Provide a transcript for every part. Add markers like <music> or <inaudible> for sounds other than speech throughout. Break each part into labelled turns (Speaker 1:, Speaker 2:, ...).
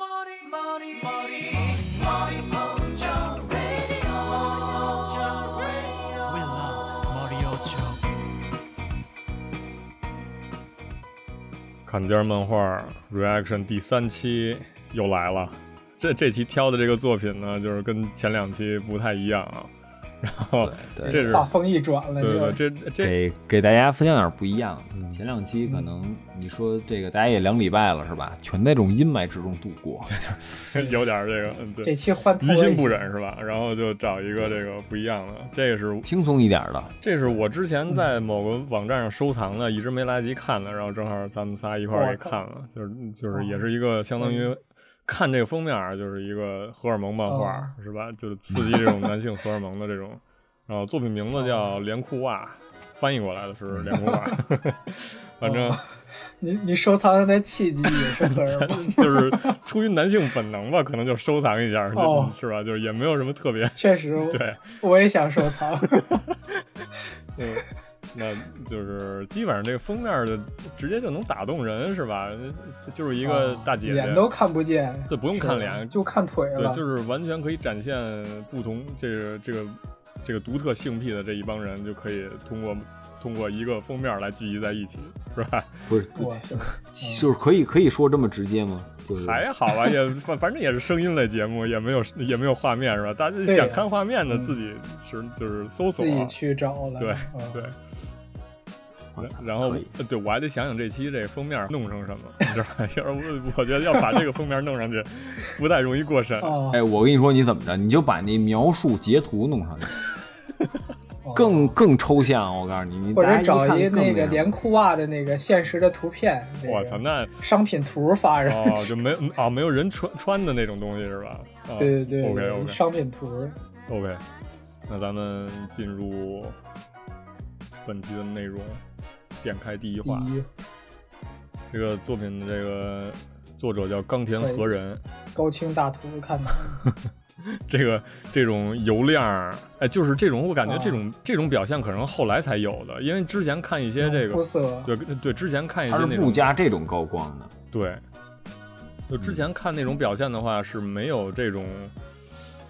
Speaker 1: 머리 머리 머리 머리 먼저 radio 먼저 radio
Speaker 2: We love Mario Show.
Speaker 3: 坎肩漫画 Reaction 第三期又来了。这这期挑的这个作品呢，就是跟前两期不太一样啊。然后
Speaker 4: 对对
Speaker 3: 这是
Speaker 5: 画风一转了
Speaker 3: 对
Speaker 5: 就，
Speaker 3: 对对，这这
Speaker 4: 给给大家分享点不一样的。
Speaker 3: 嗯
Speaker 4: 前两期可能你说这个，大家也两礼拜了是吧？全在这种阴霾之中度过。
Speaker 3: <laughs> 有点这个，嗯，
Speaker 5: 这
Speaker 3: 对，
Speaker 5: 期换头了
Speaker 3: 于
Speaker 5: 一
Speaker 3: 心
Speaker 5: 下
Speaker 3: 不忍是吧？然后就找一个这个不一样的，这个是
Speaker 4: 轻松一点的，
Speaker 3: 这是我之前在某个网站上收藏的，一直没来得及看的，然后正好咱们仨一块儿给看了，就是就是也是一个相当于看这个封面儿就是一个荷尔蒙漫画儿、是吧？就是刺激这种男性荷尔蒙的这种，然后作品名字叫《连裤袜》，翻译过来的是《连裤袜》， <laughs> 反正
Speaker 5: 你你收藏的那契机也是荷
Speaker 3: <laughs>
Speaker 5: 尔蒙，
Speaker 3: 就是出于男性本能吧，可能就收藏一下儿，就
Speaker 5: 哦
Speaker 3: 是吧？就是也没有什么特别， <laughs>
Speaker 5: 确实，
Speaker 3: 对，
Speaker 5: 我也想收藏。
Speaker 3: <laughs> 嗯，那就是基本上这个封面的直接就能打动人是吧？就是一个大姐姐，
Speaker 5: 哦啊脸都看不见，
Speaker 3: 对，不用看脸，
Speaker 5: 就看腿
Speaker 3: 对，
Speaker 5: 了，
Speaker 3: 就是完全可以展现不同这个这个这个独特性癖的这一帮人，就可以通过通过一个封面来聚集在一起，是吧？
Speaker 4: 不是，
Speaker 5: 哇塞，
Speaker 4: 就是可以可以说这么直接吗？就是
Speaker 3: 还好吧，也反反正也是声音类节目，也没有也没有画面是吧？大家
Speaker 5: 对
Speaker 3: 想看画面的
Speaker 5: 嗯
Speaker 3: 自己是就是搜索
Speaker 5: 自己去找了，
Speaker 3: 对
Speaker 5: 嗯
Speaker 3: 对。
Speaker 4: 我
Speaker 5: 啊
Speaker 4: 操
Speaker 3: 然后
Speaker 4: 可以
Speaker 3: 呃对我还得想想这期这封面弄成什么， <laughs> 你知道吧？要是我我觉得要把这个封面弄上去，不太容易过审。
Speaker 5: 哦，
Speaker 4: 哎，我跟你说，你怎么着，你就把那描述截图弄上去，
Speaker 5: 哦
Speaker 4: 更更抽象。啊我告诉你，你
Speaker 5: 或
Speaker 4: 大
Speaker 5: 者
Speaker 4: 家
Speaker 5: 找
Speaker 4: 看
Speaker 5: 一
Speaker 4: 更
Speaker 5: 那个
Speaker 4: 样
Speaker 5: 连裤袜的那个现实的图片，那个
Speaker 3: 我操，那
Speaker 5: 商品图发上 <laughs>
Speaker 3: 哦
Speaker 5: 去，
Speaker 3: 就没啊没有人穿穿的那种东西是吧？啊
Speaker 5: 对对对
Speaker 3: ，OK OK
Speaker 5: 商品图，
Speaker 3: OK，那咱们进入本期的内容，点开第一
Speaker 5: 第
Speaker 3: 话，
Speaker 5: 一
Speaker 3: 这个作品的这个作者叫冈田和人。
Speaker 5: 高清大图看看，
Speaker 3: 这个这种油亮儿，哎，就是这种，我感觉
Speaker 5: 啊
Speaker 3: 这种、这种表现可能后来才有的，因为之前看一些这
Speaker 5: 肤
Speaker 3: 个，
Speaker 5: 色，
Speaker 3: 对对，之前看一些
Speaker 4: 它是
Speaker 3: 那
Speaker 4: 不
Speaker 3: 种，
Speaker 4: 加这种高光的，
Speaker 3: 对，就之
Speaker 5: 嗯
Speaker 3: 前看那种表现的话是没有这种，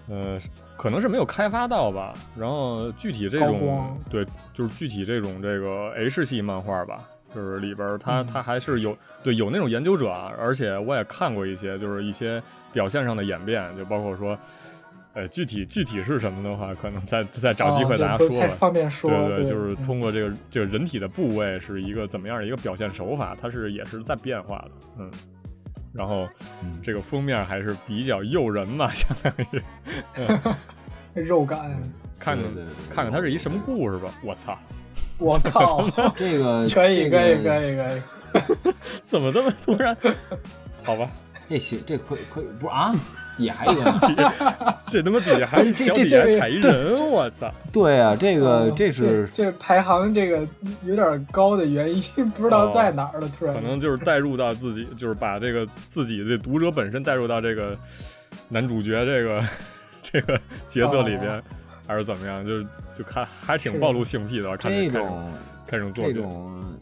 Speaker 3: 呃，可能是没有开发到吧。然后具体这
Speaker 5: 高
Speaker 3: 种
Speaker 5: 光，
Speaker 3: 对，就是具体这种这个 H 系漫画吧。就是里边儿它
Speaker 5: 嗯
Speaker 3: 它还是有对有那种研究者啊，而且我也看过一些，就是一些表现上的演变，就包括说，呃，具体具体是什么的话，可能再再找机
Speaker 5: 哦
Speaker 3: 会
Speaker 5: 就
Speaker 3: 大家
Speaker 5: 不
Speaker 3: 说
Speaker 5: 太
Speaker 3: 吧。
Speaker 5: 方便说，
Speaker 3: 对
Speaker 5: 对，
Speaker 3: 就是
Speaker 5: 嗯
Speaker 3: 通过这个这个人体的部位是一个怎么样的一个表现手法，它是也是在变化的，嗯。然后
Speaker 4: 嗯
Speaker 3: 这个封面还是比较诱人吧， <laughs> 相当于，嗯、
Speaker 5: 肉感，
Speaker 3: 看看
Speaker 4: 对对对
Speaker 3: 看看它是一什么故事吧。我操， <laughs>
Speaker 5: 我靠，
Speaker 4: 这个呃
Speaker 5: 可以
Speaker 4: 这
Speaker 5: 可以
Speaker 4: 个
Speaker 5: 可以可以，
Speaker 3: 怎么这么突
Speaker 4: <laughs>
Speaker 3: 然？好吧，
Speaker 4: 这行这可以可以不是啊？也还有
Speaker 5: <laughs>
Speaker 4: 呢
Speaker 3: 这他妈底下
Speaker 4: <laughs>
Speaker 3: 还是
Speaker 4: 这
Speaker 3: 脚
Speaker 4: 这
Speaker 3: 底下
Speaker 5: 这
Speaker 3: 踩一人，我操！
Speaker 4: 对啊，这个
Speaker 5: 哦
Speaker 4: 这是
Speaker 5: 这这排行这个有点高的原因，不知道
Speaker 4: 哦
Speaker 5: 在哪儿了，突然
Speaker 3: 可能就是带入到自己， <laughs> 就是把这个自己的读者本身带入到这个男主角这个 <laughs> 这个角色里边，
Speaker 5: 哦
Speaker 3: 还是怎么样？就就看还挺
Speaker 5: 是
Speaker 3: 暴露性癖的，看
Speaker 4: 这
Speaker 3: 看
Speaker 4: 种
Speaker 3: 看这种作
Speaker 4: 这
Speaker 3: 品
Speaker 4: 种，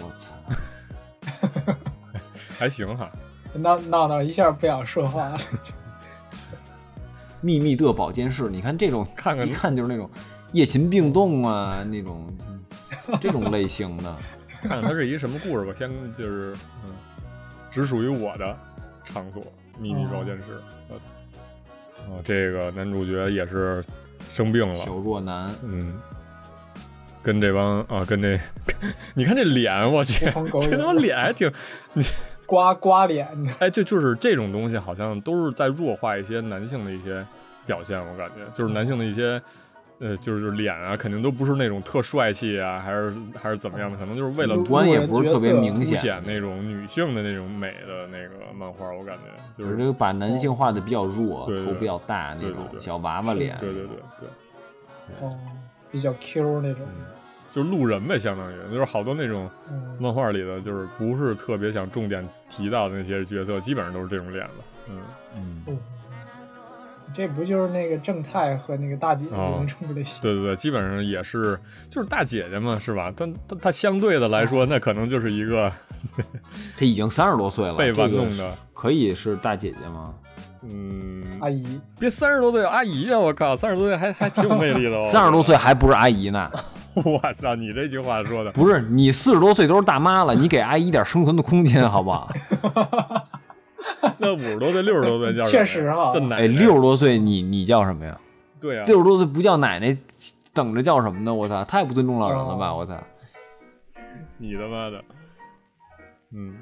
Speaker 4: 我操！
Speaker 3: 还行哈。
Speaker 5: 闹闹闹一下不想说
Speaker 4: <laughs>
Speaker 5: 话了，
Speaker 4: 秘密的保健室，你看这种，
Speaker 3: <laughs> 看看
Speaker 4: 一看就是那种夜勤病动啊，那
Speaker 3: <laughs>
Speaker 4: 种嗯这种类型的，
Speaker 3: 看看它是一什么故事吧，先就是嗯，只属于我的场所秘密保健室。呃哦，这个男主角也是生病了
Speaker 4: 小，弱男，
Speaker 3: 嗯，跟这帮啊，跟这， <laughs> 你看这脸，我去，
Speaker 5: 狐朋狗友
Speaker 3: 这他妈脸还挺，你
Speaker 5: 刮刮脸的，
Speaker 3: 哎，就就是这种东西，好像都是在弱化一些男性的一些表现，我感觉就是男性的一些，呃，就是就是脸啊，肯定都不是那种特帅气啊，还是还是怎么样的，可能就是为了
Speaker 5: 嗯
Speaker 3: 凸
Speaker 4: 端也不是特别明
Speaker 3: 凸
Speaker 4: 显
Speaker 3: 显，那种女性的那种美的那个漫画，我感觉就
Speaker 4: 就是
Speaker 3: 是
Speaker 4: 这个把男性化的比较弱，
Speaker 3: 对对
Speaker 4: 头比较大那
Speaker 3: 对对
Speaker 4: 种
Speaker 3: 对
Speaker 4: 小娃娃脸，
Speaker 3: 对对对对，
Speaker 5: 哦，比较 Q 那种，
Speaker 3: 就是路人呗，相当于就是好多那种。
Speaker 5: 嗯，
Speaker 3: 漫画里的就是不是特别想重点提到的那些角色，基本上都是这种脸吧。嗯，
Speaker 4: 嗯，
Speaker 5: 嗯这不就是那个正太和那个大姐姐
Speaker 3: 哦
Speaker 5: 那种类型？
Speaker 3: 对对对，基本上也是，就是大姐姐嘛，是吧？但但她相对的来
Speaker 4: 啊
Speaker 3: 说，那可能就是一个
Speaker 4: 这已经三十多岁了，
Speaker 3: 被玩弄的，
Speaker 4: 这个可以是大姐姐吗？
Speaker 3: 嗯，
Speaker 5: 阿
Speaker 4: 哎
Speaker 5: 姨，
Speaker 3: 别三十多岁有阿姨啊！我靠，三十多岁还还挺有魅力的、哦。
Speaker 4: <laughs> 三十多岁还不是阿姨呢？
Speaker 3: 我操，你这句话说的，
Speaker 4: 不是，你四十多岁都是大妈了，你给阿姨点生存的空间好不
Speaker 3: <laughs>
Speaker 4: 好？
Speaker 3: 那五十多岁、六十多岁叫什么呀
Speaker 5: 确实哈
Speaker 3: 这奶奶
Speaker 4: 哎，六十多岁你你叫什么呀？
Speaker 3: 对啊，
Speaker 4: 六十多岁不叫奶奶，等着叫什么呢？我操，太不尊重老人了吧！
Speaker 5: 哦
Speaker 4: 我操，
Speaker 3: 你他妈的，嗯，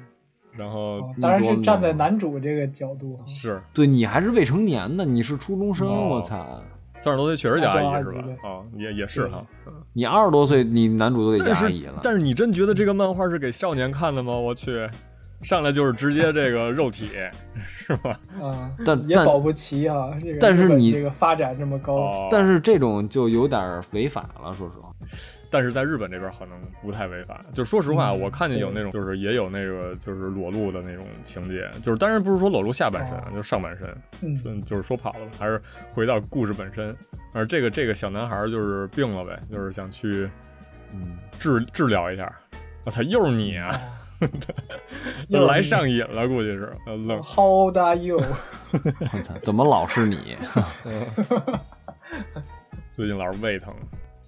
Speaker 3: 然后
Speaker 5: 哦当然
Speaker 4: 你琢磨
Speaker 5: 是
Speaker 4: 呢
Speaker 5: 站在男主这个角度哈，
Speaker 3: 是
Speaker 4: 对你还是未成年呢，你是初中生，
Speaker 3: 哦
Speaker 4: 我操，
Speaker 3: 三十多岁确
Speaker 4: 哎
Speaker 3: 实叫
Speaker 5: 那叫
Speaker 3: 阿
Speaker 5: 阿
Speaker 3: 姨
Speaker 5: 姨
Speaker 3: 是吧
Speaker 5: 对？
Speaker 3: 啊，也也是哈，
Speaker 4: 你二十多岁，你男主都得叫
Speaker 3: 但
Speaker 4: 阿
Speaker 3: 是
Speaker 4: 姨了。
Speaker 3: 但是你真觉得这个漫画是给少年看的吗？我去，上来就是直接这个肉体 <laughs> 是吧？
Speaker 5: 啊，
Speaker 4: 但嗯
Speaker 5: 也
Speaker 4: 但
Speaker 5: 保不齐哈。这个
Speaker 4: 但是
Speaker 5: 日本
Speaker 4: 你
Speaker 5: 这个发展这么高，
Speaker 3: 哦，
Speaker 4: 但是这种就有点违法了，说实话。 <laughs>
Speaker 3: 但是在日本这边可能不太违法。就说实话，
Speaker 5: 嗯
Speaker 3: 我看见有那种，就是也有那个就是裸露的那种情节，就是当然不是说裸露下半身啊，
Speaker 5: 哦
Speaker 3: 就上半身，
Speaker 5: 嗯，
Speaker 3: 嗯，就是说跑了吧，还是回到故事本身。而这个这个小男孩就是病了呗，就是想去
Speaker 4: 嗯，
Speaker 3: 治治疗一下。我操，又是你啊！
Speaker 5: 哦
Speaker 3: <laughs>
Speaker 5: 又是你哦
Speaker 3: 来上瘾了，估计是。呃冷，
Speaker 5: How old are
Speaker 3: <laughs>
Speaker 5: you？
Speaker 4: 我操，怎么老是你？
Speaker 3: 最近老是胃疼。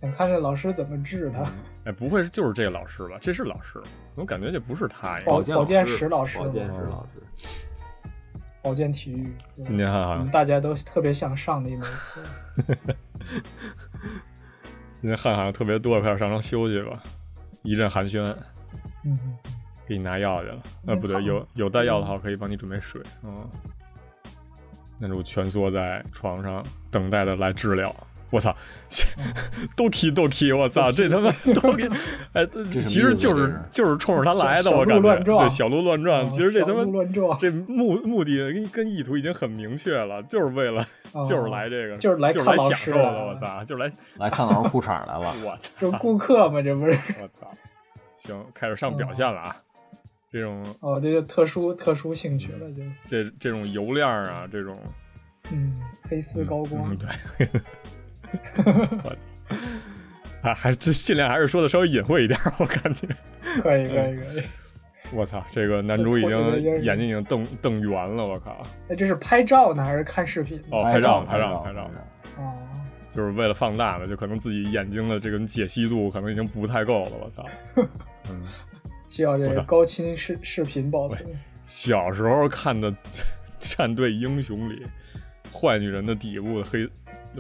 Speaker 5: 想看这老师怎么治他？
Speaker 3: 哎，不会就是这个老师吧？这是老师吗，我感觉这不是他呀。
Speaker 5: 保
Speaker 4: 健
Speaker 5: 保健
Speaker 4: 师
Speaker 5: 室老师嗯
Speaker 4: 保健
Speaker 3: 吗
Speaker 4: 室老师，
Speaker 5: <laughs> 保健体育，对
Speaker 3: 今天好
Speaker 5: 我
Speaker 3: 像
Speaker 5: 们大家都特别想上的一门课。
Speaker 3: 今天汗好像特别多，快要上床休息吧。一阵寒暄， <laughs>
Speaker 5: 嗯，
Speaker 3: 给你拿药去了。呃，不对，有有带药的话，我可以帮你准备水。嗯，男主蜷缩在床上，等待的来治疗。我操， <laughs> 都踢都踢，我操，这他妈都
Speaker 5: <laughs>
Speaker 3: 给，哎，
Speaker 4: 意思
Speaker 3: 其实就
Speaker 4: 这
Speaker 3: 是
Speaker 4: 是
Speaker 3: 就是冲着他来的，
Speaker 5: 小
Speaker 3: 我
Speaker 5: 小
Speaker 3: 感觉
Speaker 5: 鹿乱撞
Speaker 3: 对小鹿乱撞，
Speaker 5: 哦
Speaker 3: 啊其实这他
Speaker 5: 小鹿
Speaker 3: 妈
Speaker 5: 乱撞
Speaker 3: 这目目的跟跟意图已经很明确了，就是为了
Speaker 5: 哦
Speaker 3: 就是来这个
Speaker 5: 就是来
Speaker 3: 就是
Speaker 5: 看
Speaker 3: 来
Speaker 5: 老
Speaker 3: 享
Speaker 5: 师
Speaker 3: 受的，
Speaker 5: 的嗯
Speaker 3: 我操，就是来
Speaker 4: 来看老师裤衩来了。
Speaker 3: 我操。
Speaker 5: 这不顾客嘛，这不是？
Speaker 3: 我操！行，开始上表现了啊！这种
Speaker 5: 哦，这就特殊特殊兴趣了，就
Speaker 3: 这这种油亮啊，这种
Speaker 5: 嗯，黑丝高
Speaker 3: 嗯，，
Speaker 5: 光 <laughs>
Speaker 3: 对，我操！啊，还这尽量还是说的稍微隐晦一点，我感觉，
Speaker 5: 可
Speaker 3: 嗯
Speaker 5: 以可以可以。
Speaker 3: 我操，这个男主已
Speaker 5: 这脱衣的就是
Speaker 3: 经眼睛已经瞪瞪圆了，我靠！
Speaker 5: 那哎这是拍照呢，还是看视频呢？
Speaker 3: 哦，拍照，拍照，拍
Speaker 4: 拍
Speaker 3: 照，
Speaker 5: 哦，
Speaker 3: 就是为了放大嘛，就可能自己眼睛的这种解析度可能已经不太够了，我操！嗯，
Speaker 5: 需要这
Speaker 3: 我
Speaker 5: 个
Speaker 3: 操
Speaker 5: 高清视视频保存。
Speaker 3: 小时候看的《 <laughs> 战队英雄》里，坏女人的底部的黑，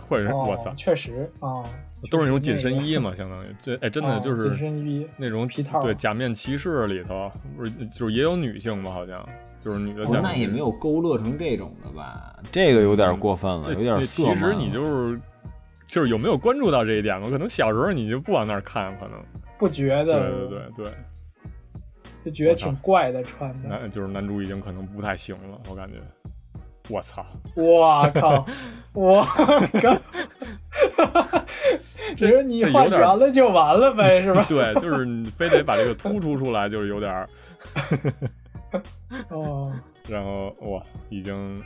Speaker 3: 坏人，
Speaker 5: 哦
Speaker 3: 我操！
Speaker 5: 确实啊，
Speaker 3: 都是那种紧
Speaker 5: 确实
Speaker 3: 身
Speaker 5: 那个
Speaker 3: 衣嘛，相当于这哎，真的
Speaker 5: 哦
Speaker 3: 就是
Speaker 5: 紧身衣
Speaker 3: 那种
Speaker 5: 皮套
Speaker 3: 对，假面骑士里头不是就是也有女性嘛，好像就是女的
Speaker 4: 不
Speaker 3: 假
Speaker 4: 是
Speaker 3: 面骑士。
Speaker 4: 哦那也没有勾勒成这种的吧？这个有点过分了，
Speaker 3: 对，
Speaker 4: 有点
Speaker 3: 对
Speaker 4: 色
Speaker 3: 嗯其
Speaker 4: 盲
Speaker 3: 实你就是就是有没有关注到这一点嘛？可能小时候你就不往那儿看，可能
Speaker 5: 不觉
Speaker 3: 对
Speaker 5: 得，
Speaker 3: 对对对，
Speaker 5: 就觉得挺怪的穿的。
Speaker 3: 男就是男主已经可能不太行了，我感觉。我操，
Speaker 5: 我靠，
Speaker 3: <laughs>
Speaker 5: 我靠！只是你
Speaker 3: 这有
Speaker 5: 画
Speaker 3: 点
Speaker 5: 圆了就完了呗， <laughs> 是吧？
Speaker 3: 对，就是你非得把这个突出出来，就是有点儿， <laughs>
Speaker 5: 哦，
Speaker 3: 然后哇，已经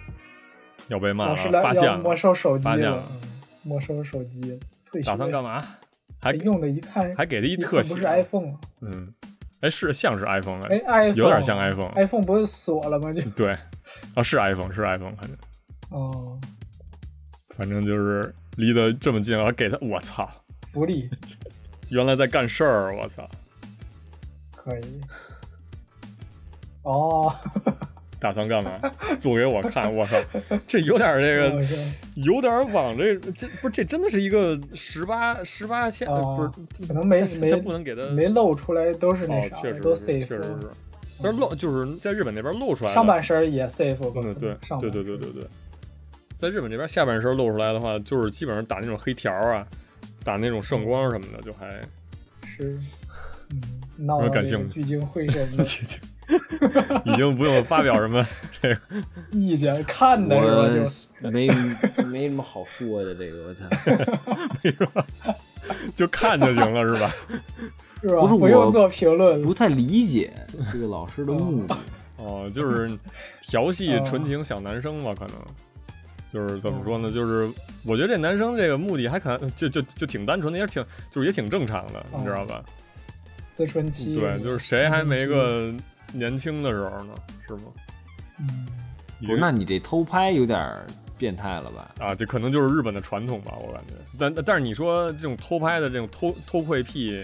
Speaker 3: 要被骂
Speaker 5: 老
Speaker 3: 了
Speaker 5: 师，来
Speaker 3: 啊发现
Speaker 5: 要
Speaker 3: 了，
Speaker 5: 没收手机
Speaker 3: 发现
Speaker 5: 了
Speaker 3: 了，
Speaker 5: 嗯没收手机了，退学。哎
Speaker 3: 打算干嘛？还
Speaker 5: 用的一看
Speaker 3: 还给了一
Speaker 5: 一看
Speaker 3: 特写，
Speaker 5: 不是 iPhone，
Speaker 3: 嗯，哎，是像是 iPhone
Speaker 5: 哎
Speaker 3: 哎，
Speaker 5: ，iPhone 哎
Speaker 3: 有点像 iPhone
Speaker 5: iPhone 不是锁了吗？就
Speaker 3: 对，啊，是 iPhone，是 iPhone，反正
Speaker 5: 哦，
Speaker 3: 反正就是离得这么近，然后给他，我操，
Speaker 5: 福利
Speaker 3: 原来在干事儿，啊我操，
Speaker 5: 可以。哦，
Speaker 3: 打算干嘛？做给我看，我操，这有点儿这
Speaker 5: 我
Speaker 3: 个，
Speaker 5: 说
Speaker 3: <laughs> 有点儿往这这不是这真的是一个十八十八线，呃
Speaker 5: 哦
Speaker 3: 不是，
Speaker 5: 可能没
Speaker 3: 但是
Speaker 5: 没
Speaker 3: 他不能给他
Speaker 5: 没露出来都是那
Speaker 3: 哦，
Speaker 5: 啥，
Speaker 3: 确实
Speaker 5: 都
Speaker 3: 是，确
Speaker 5: safe，
Speaker 3: 实
Speaker 5: 嗯
Speaker 3: 是，但是露就是在日本那边露出来的，
Speaker 5: 上半身儿也 safe，可
Speaker 3: 嗯，
Speaker 5: 能
Speaker 3: 对，
Speaker 5: 上
Speaker 3: 对对
Speaker 5: 半
Speaker 3: 对对对，在日本这边下半身露出来的话，就是基本上打那种黑条啊，打那种圣光什么的，就
Speaker 5: <laughs>
Speaker 3: 还
Speaker 5: 是，嗯，闹
Speaker 3: 我
Speaker 5: 到
Speaker 3: 感
Speaker 5: 这
Speaker 3: 兴
Speaker 5: 个
Speaker 3: 趣
Speaker 5: 聚精会神的
Speaker 3: 已经不用发表什么这个。
Speaker 5: 意见，看的时候就 <laughs>
Speaker 4: 我没没什么好说的，这个我操，
Speaker 3: 就看就行了，是吧？
Speaker 5: 是吧？
Speaker 4: 不是
Speaker 5: 不
Speaker 4: 我
Speaker 5: 用做评论了
Speaker 4: 不，太理解这个老师的目的。
Speaker 3: 哦，就是调戏
Speaker 5: 哦
Speaker 3: 纯情小男生嘛，可能就是怎么说
Speaker 5: 哦
Speaker 3: 呢？就是我觉得这男生这个目的还可能就就就挺单纯的，也挺就是也挺正常的，你知道吧？
Speaker 5: 思春期，
Speaker 4: 嗯
Speaker 3: 对，就是谁还没个年轻的时候呢？是吗？
Speaker 5: 嗯，
Speaker 3: 已
Speaker 4: 不
Speaker 3: 经
Speaker 4: 哦是，那你这偷拍有点儿变态了吧？
Speaker 3: 啊，这可能就是日本的传统吧，我感觉。但但是你说这种偷拍的这种偷偷窥癖，